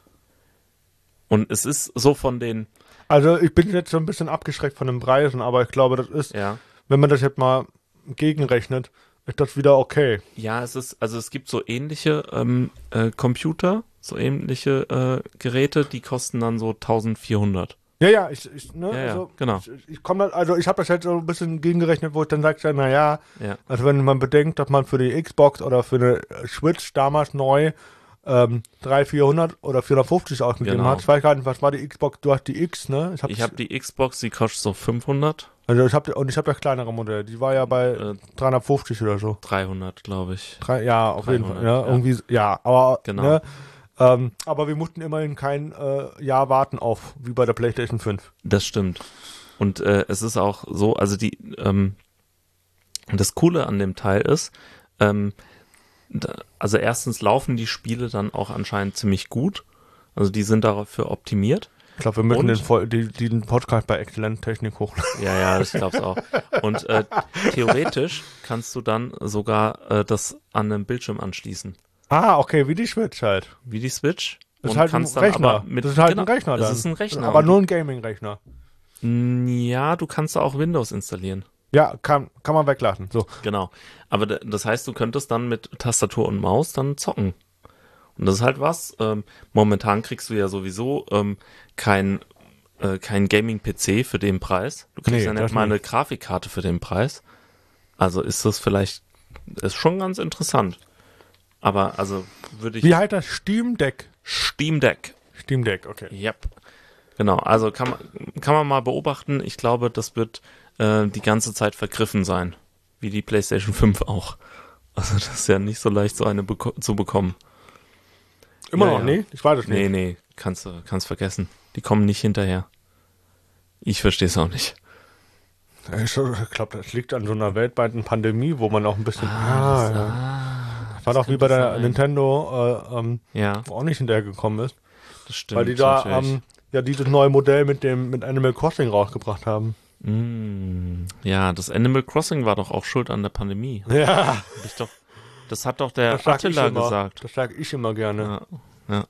[SPEAKER 1] Und es ist so von den,
[SPEAKER 2] Also ich bin jetzt so ein bisschen abgeschreckt von den Preisen, aber ich glaube, das ist,
[SPEAKER 1] ja,
[SPEAKER 2] wenn man das jetzt mal gegenrechnet, ist das wieder okay.
[SPEAKER 1] ja, es ist, also es gibt so ähnliche ähm, äh, Computer, so ähnliche äh, Geräte, die kosten dann so 1400.
[SPEAKER 2] Ja, ja, ich, ich ne,
[SPEAKER 1] Ja, ja,
[SPEAKER 2] also,
[SPEAKER 1] genau.
[SPEAKER 2] ich, ich komme, also ich habe das jetzt so ein bisschen gegengerechnet, wo ich dann sage, na ja,
[SPEAKER 1] Ja,
[SPEAKER 2] also wenn man bedenkt, dass man für die Xbox oder für eine Switch damals neu ähm, 300, 400 oder 450 ausgegeben
[SPEAKER 1] Genau.
[SPEAKER 2] hat. Ich weiß gar nicht, was war die Xbox? Du hast die X, ne? Ich habe
[SPEAKER 1] ich habe die Xbox, die kostet so 500,
[SPEAKER 2] also ich habe und ich habe das kleinere Modell. Die war ja bei
[SPEAKER 1] äh,
[SPEAKER 2] 350 oder so.
[SPEAKER 1] 300, glaube ich.
[SPEAKER 2] Drei, ja, auf jeden
[SPEAKER 1] 300,
[SPEAKER 2] Fall. Ja,
[SPEAKER 1] ja.
[SPEAKER 2] Irgendwie, so- ja, aber
[SPEAKER 1] Genau.
[SPEAKER 2] ne, ähm, aber wir mussten immerhin kein äh, Jahr warten auf, wie bei der PlayStation 5.
[SPEAKER 1] Das stimmt. Und äh, es ist auch so, also die, ähm, das Coole an dem Teil ist, ähm, da, also erstens laufen die Spiele dann auch anscheinend ziemlich gut. Also die sind dafür optimiert.
[SPEAKER 2] Ich glaube, wir müssen
[SPEAKER 1] Und?
[SPEAKER 2] den, Vol- die, den Podcast bei Exzellent Technik hochladen.
[SPEAKER 1] Ja, ja, ich glaube es auch. Und äh, theoretisch kannst du dann sogar äh, das an einem Bildschirm anschließen.
[SPEAKER 2] Ah, okay, wie die Switch halt.
[SPEAKER 1] Wie die Switch.
[SPEAKER 2] Das ist halt ein
[SPEAKER 1] kannst dann
[SPEAKER 2] Rechner.
[SPEAKER 1] aber mit-
[SPEAKER 2] das ist halt
[SPEAKER 1] genau,
[SPEAKER 2] ein Rechner.
[SPEAKER 1] Das
[SPEAKER 2] dann.
[SPEAKER 1] ist ein Rechner.
[SPEAKER 2] Aber
[SPEAKER 1] Und-
[SPEAKER 2] nur ein Gaming-Rechner.
[SPEAKER 1] ja, du kannst da auch Windows installieren.
[SPEAKER 2] Ja, kann, kann man weglassen. So.
[SPEAKER 1] Genau. Aber d- das heißt, du könntest dann mit Tastatur und Maus dann zocken. Und das ist halt was. Ähm, momentan kriegst du ja sowieso ähm, kein, äh, kein Gaming-PC für den Preis. Du kriegst
[SPEAKER 2] Nee,
[SPEAKER 1] ja
[SPEAKER 2] das
[SPEAKER 1] nicht mal eine
[SPEAKER 2] nicht.
[SPEAKER 1] Grafikkarte für den Preis. Also ist das vielleicht, ist schon ganz interessant. Aber also würde ich
[SPEAKER 2] Wie heißt das? Steam Deck.
[SPEAKER 1] Steam Deck.
[SPEAKER 2] Steam Deck, okay.
[SPEAKER 1] Yep. Genau, also kann man, kann man mal beobachten. Ich glaube, das wird äh, die ganze Zeit vergriffen sein. Wie die PlayStation 5 auch. Also das ist ja nicht so leicht, so eine beko zu bekommen.
[SPEAKER 2] Immer
[SPEAKER 1] Ja,
[SPEAKER 2] noch,
[SPEAKER 1] ja.
[SPEAKER 2] nee? Ich weiß es
[SPEAKER 1] Nee,
[SPEAKER 2] nicht.
[SPEAKER 1] nee, kannst du kannst vergessen. Die kommen nicht hinterher. Ich verstehe es auch nicht.
[SPEAKER 2] Ich glaube, das liegt an so einer weltweiten Pandemie, wo man auch ein bisschen.
[SPEAKER 1] Ah,
[SPEAKER 2] Ah,
[SPEAKER 1] das-
[SPEAKER 2] ja.
[SPEAKER 1] ah,
[SPEAKER 2] War doch wie bei
[SPEAKER 1] könnte
[SPEAKER 2] der
[SPEAKER 1] sein.
[SPEAKER 2] Nintendo, äh, ähm,
[SPEAKER 1] ja,
[SPEAKER 2] wo auch nicht hinterhergekommen ist,
[SPEAKER 1] das stimmt.
[SPEAKER 2] weil die da
[SPEAKER 1] natürlich.
[SPEAKER 2] ähm, ja dieses neue Modell mit dem mit Animal Crossing rausgebracht haben.
[SPEAKER 1] Mm, ja, das Animal Crossing war doch auch schuld an der Pandemie.
[SPEAKER 2] Ja,
[SPEAKER 1] Hab ich doch, das hat doch der
[SPEAKER 2] das sag ich
[SPEAKER 1] Attila
[SPEAKER 2] immer.
[SPEAKER 1] gesagt.
[SPEAKER 2] Das sag ich immer gerne.
[SPEAKER 1] Ja, ja.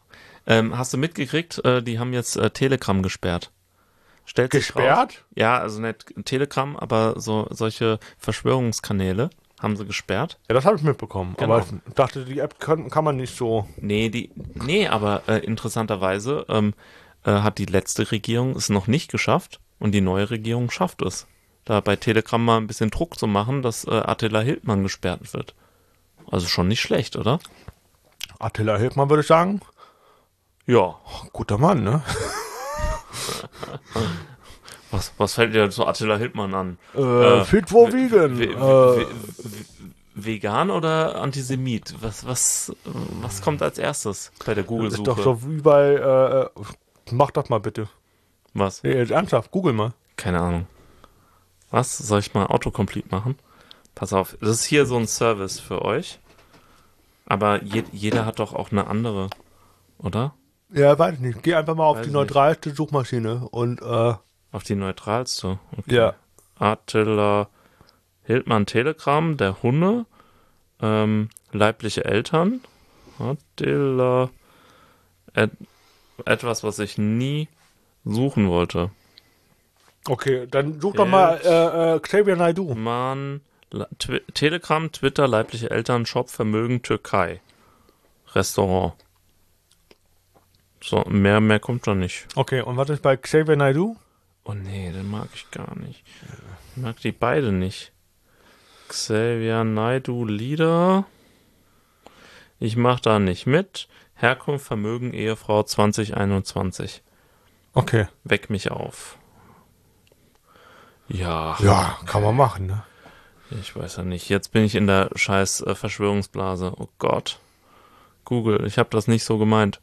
[SPEAKER 1] Ähm, hast du mitgekriegt, äh, die haben jetzt äh, Telegram gesperrt. Stellt sich raus-
[SPEAKER 2] Gesperrt?
[SPEAKER 1] Ja, also nicht Telegram, aber so solche Verschwörungskanäle haben sie gesperrt.
[SPEAKER 2] Ja, das habe ich mitbekommen.
[SPEAKER 1] Genau.
[SPEAKER 2] Aber ich dachte, die App kann, kann man nicht so.
[SPEAKER 1] Nee, die, nee, aber äh, interessanterweise ähm, äh, hat die letzte Regierung es noch nicht geschafft und die neue Regierung schafft es. Da bei Telegram mal ein bisschen Druck zu machen, dass äh, Attila Hildmann gesperrt wird. Also schon nicht schlecht, oder?
[SPEAKER 2] Attila Hildmann würde ich sagen.
[SPEAKER 1] Ja.
[SPEAKER 2] Guter Mann, ne?
[SPEAKER 1] Was, was fällt dir zu Attila Hildmann an?
[SPEAKER 2] Äh, fit for
[SPEAKER 1] we-
[SPEAKER 2] vegan.
[SPEAKER 1] we-
[SPEAKER 2] äh,
[SPEAKER 1] we- we- Vegan oder Antisemit? Was, was, was kommt als erstes bei der
[SPEAKER 2] Äh, ist doch
[SPEAKER 1] Google-Suche?
[SPEAKER 2] so wie bei. Äh, mach das mal bitte.
[SPEAKER 1] was?
[SPEAKER 2] Nee, jetzt ernsthaft, google mal.
[SPEAKER 1] Keine Ahnung. Was? Soll ich mal Autocomplete machen? Pass auf, das ist hier so ein Service für euch. Aber je, jeder hat doch auch eine andere, oder?
[SPEAKER 2] Ja, weiß ich nicht. Geh einfach mal auf
[SPEAKER 1] Weiß
[SPEAKER 2] die
[SPEAKER 1] nicht.
[SPEAKER 2] neutralste Suchmaschine und äh,
[SPEAKER 1] Auf die neutralste. Okay.
[SPEAKER 2] ja.
[SPEAKER 1] Attila Hildmann Telegram, der Hunde, ähm, leibliche Eltern. Attila, et, etwas, was ich nie suchen wollte.
[SPEAKER 2] Okay, dann such doch mal äh, äh, Xavier Naidu.
[SPEAKER 1] Mann, Le- Twi Telegram, Twitter, leibliche Eltern, Shop, Vermögen, Türkei, Restaurant. So, mehr, mehr kommt da nicht.
[SPEAKER 2] Okay, und was ist bei Xavier Naidu?
[SPEAKER 1] Oh nee, den mag ich gar nicht. Ich mag die beide nicht. Xavier Naidu Lieder. Ich mach da nicht mit. Herkunft, Vermögen, Ehefrau 2021.
[SPEAKER 2] Okay.
[SPEAKER 1] Weck mich auf. Ja,
[SPEAKER 2] Ja, kann man machen, ne?
[SPEAKER 1] ich weiß ja nicht. Jetzt bin ich in der scheiß äh, Verschwörungsblase. Oh Gott. Google, ich habe das nicht so gemeint.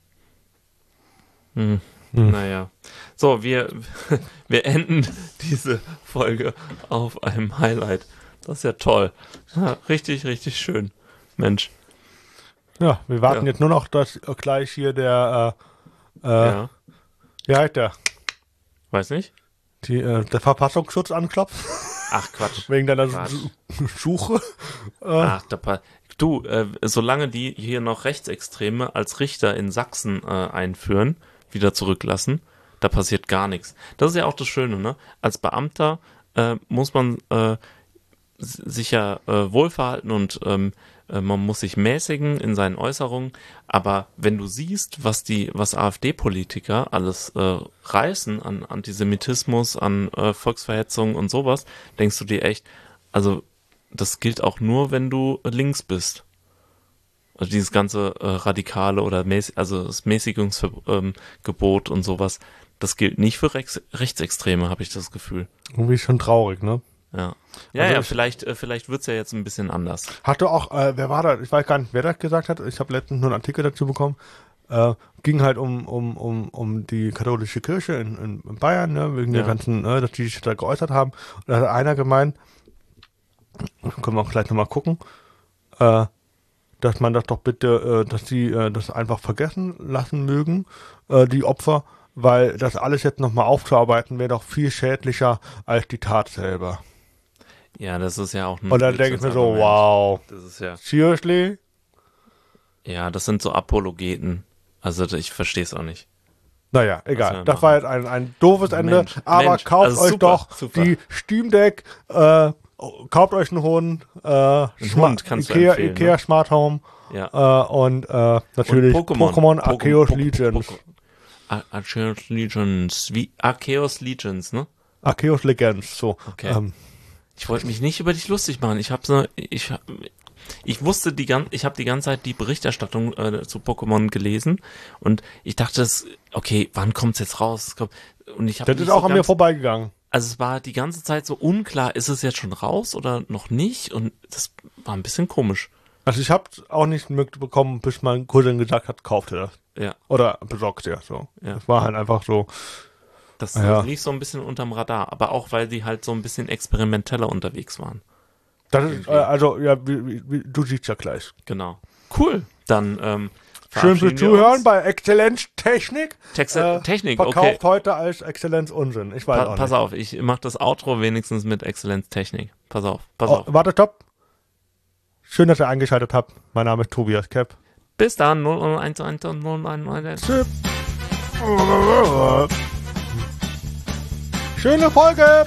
[SPEAKER 1] Hm.
[SPEAKER 2] Hm.
[SPEAKER 1] Naja. So, wir, wir enden diese Folge auf einem Highlight. Das ist ja toll. Ja, richtig, richtig schön. Mensch.
[SPEAKER 2] Ja, wir warten
[SPEAKER 1] Ja.
[SPEAKER 2] jetzt nur noch, dass äh, gleich hier der, äh, äh,
[SPEAKER 1] Ja.
[SPEAKER 2] wie heißt der?
[SPEAKER 1] Weiß nicht?
[SPEAKER 2] Die, äh, der Verpassungsschutz anklopft,
[SPEAKER 1] Ach Quatsch.
[SPEAKER 2] wegen deiner
[SPEAKER 1] Quatsch.
[SPEAKER 2] Su- Suche.
[SPEAKER 1] Ach, da pa- du, äh, solange die hier noch Rechtsextreme als Richter in Sachsen äh, einführen, wieder zurücklassen, da passiert gar nichts. Das ist ja auch das Schöne, ne? Als Beamter äh, muss man äh, s- sich ja äh, wohlverhalten und ähm, äh, man muss sich mäßigen in seinen Äußerungen. Aber wenn du siehst, was die, was AfD-Politiker alles äh, reißen an Antisemitismus, an äh, Volksverhetzung und sowas, denkst du dir echt, also das gilt auch nur, wenn du links bist. Also dieses ganze äh, radikale oder mäß also das Mäßigungsgebot ähm, Gebot und sowas, das gilt nicht für Rex Rechtsextreme, habe ich das Gefühl.
[SPEAKER 2] Irgendwie schon traurig, ne?
[SPEAKER 1] Ja. Ja,
[SPEAKER 2] Also
[SPEAKER 1] ja,
[SPEAKER 2] ich-
[SPEAKER 1] vielleicht, äh, vielleicht wird's ja jetzt ein bisschen anders.
[SPEAKER 2] Hatte auch, äh, wer war da? Ich weiß gar nicht, wer das gesagt hat. Ich habe letztens nur einen Artikel dazu bekommen. Äh, ging halt um, um, um, um die katholische Kirche in, in, in Bayern, ne, wegen
[SPEAKER 1] Ja.
[SPEAKER 2] der ganzen, ne, dass die sich da geäußert haben. Und da hat einer gemeint, können wir auch gleich nochmal gucken, äh, dass man das doch bitte, äh, dass die äh, das einfach vergessen lassen mögen, äh, die Opfer, weil das alles jetzt nochmal aufzuarbeiten wäre doch viel schädlicher als die Tat selber.
[SPEAKER 1] Ja, das ist ja auch ein.
[SPEAKER 2] Und dann denke ich mir so, wow,
[SPEAKER 1] Das ist ja.
[SPEAKER 2] seriously?
[SPEAKER 1] Ja, das sind so Apologeten. Also ich verstehe es auch nicht.
[SPEAKER 2] Naja,
[SPEAKER 1] Was
[SPEAKER 2] egal.
[SPEAKER 1] wir Also, machen.
[SPEAKER 2] Das war jetzt ein, ein doofes Ende.
[SPEAKER 1] Mensch,
[SPEAKER 2] aber
[SPEAKER 1] Mensch,
[SPEAKER 2] kauft
[SPEAKER 1] also
[SPEAKER 2] euch
[SPEAKER 1] super,
[SPEAKER 2] doch
[SPEAKER 1] super.
[SPEAKER 2] die Steam Deck, äh, kauft euch einen Hund, äh, Schma-
[SPEAKER 1] Hund kannst du
[SPEAKER 2] Ikea,
[SPEAKER 1] empfehlen, ne?
[SPEAKER 2] Ikea Smart Home
[SPEAKER 1] Ja.
[SPEAKER 2] äh, und äh, natürlich Pokémon, Arceus Legends.
[SPEAKER 1] Ar- Arceus Legends. Wie Arceus Legends, ne?
[SPEAKER 2] Arceus Legends, so.
[SPEAKER 1] Okay.
[SPEAKER 2] Ähm,
[SPEAKER 1] Ich wollte mich nicht über dich lustig machen. Ich hab's nur, ich hab- ich wusste die ganze, ich habe die ganze Zeit die Berichterstattung äh, zu Pokémon gelesen und ich dachte, das, okay, wann kommt's jetzt raus? Es Kommt, und ich habe
[SPEAKER 2] das ist auch
[SPEAKER 1] so
[SPEAKER 2] an mir
[SPEAKER 1] ganz-
[SPEAKER 2] vorbeigegangen.
[SPEAKER 1] Also es war die ganze Zeit so unklar, ist es jetzt schon raus oder noch nicht? Und das war ein bisschen komisch.
[SPEAKER 2] Also ich hab's auch nicht mitbekommen, bis mein Cousin gesagt hat, kauft ihr das.
[SPEAKER 1] Ja,
[SPEAKER 2] Oder besorgt ihr das, so.
[SPEAKER 1] Ja.
[SPEAKER 2] Das war halt einfach so.
[SPEAKER 1] das
[SPEAKER 2] Ah ja.
[SPEAKER 1] lief so ein bisschen unterm Radar, aber auch weil die halt so ein bisschen experimenteller unterwegs waren.
[SPEAKER 2] Das ist, äh, also, ja, wie, wie, wie, du siehst ja gleich.
[SPEAKER 1] Genau. Cool. Dann ähm,
[SPEAKER 2] Schön für
[SPEAKER 1] verabschieden wir
[SPEAKER 2] Zuhören
[SPEAKER 1] uns.
[SPEAKER 2] bei Exzellenz Technik. Äh,
[SPEAKER 1] Tex- Technik, okay.
[SPEAKER 2] Verkauft heute als Exzellenz Unsinn. Ich weiß
[SPEAKER 1] Pa
[SPEAKER 2] auch
[SPEAKER 1] pass
[SPEAKER 2] nicht.
[SPEAKER 1] auf, ich mache das Outro wenigstens mit Exzellenztechnik. Pass auf, pass
[SPEAKER 2] Oh,
[SPEAKER 1] auf.
[SPEAKER 2] warte, stopp. Schön, dass ihr eingeschaltet habt. Mein Name ist Tobias Kepp.
[SPEAKER 1] Bis dann, 0111011.
[SPEAKER 2] Tschüss. Schöne Folge.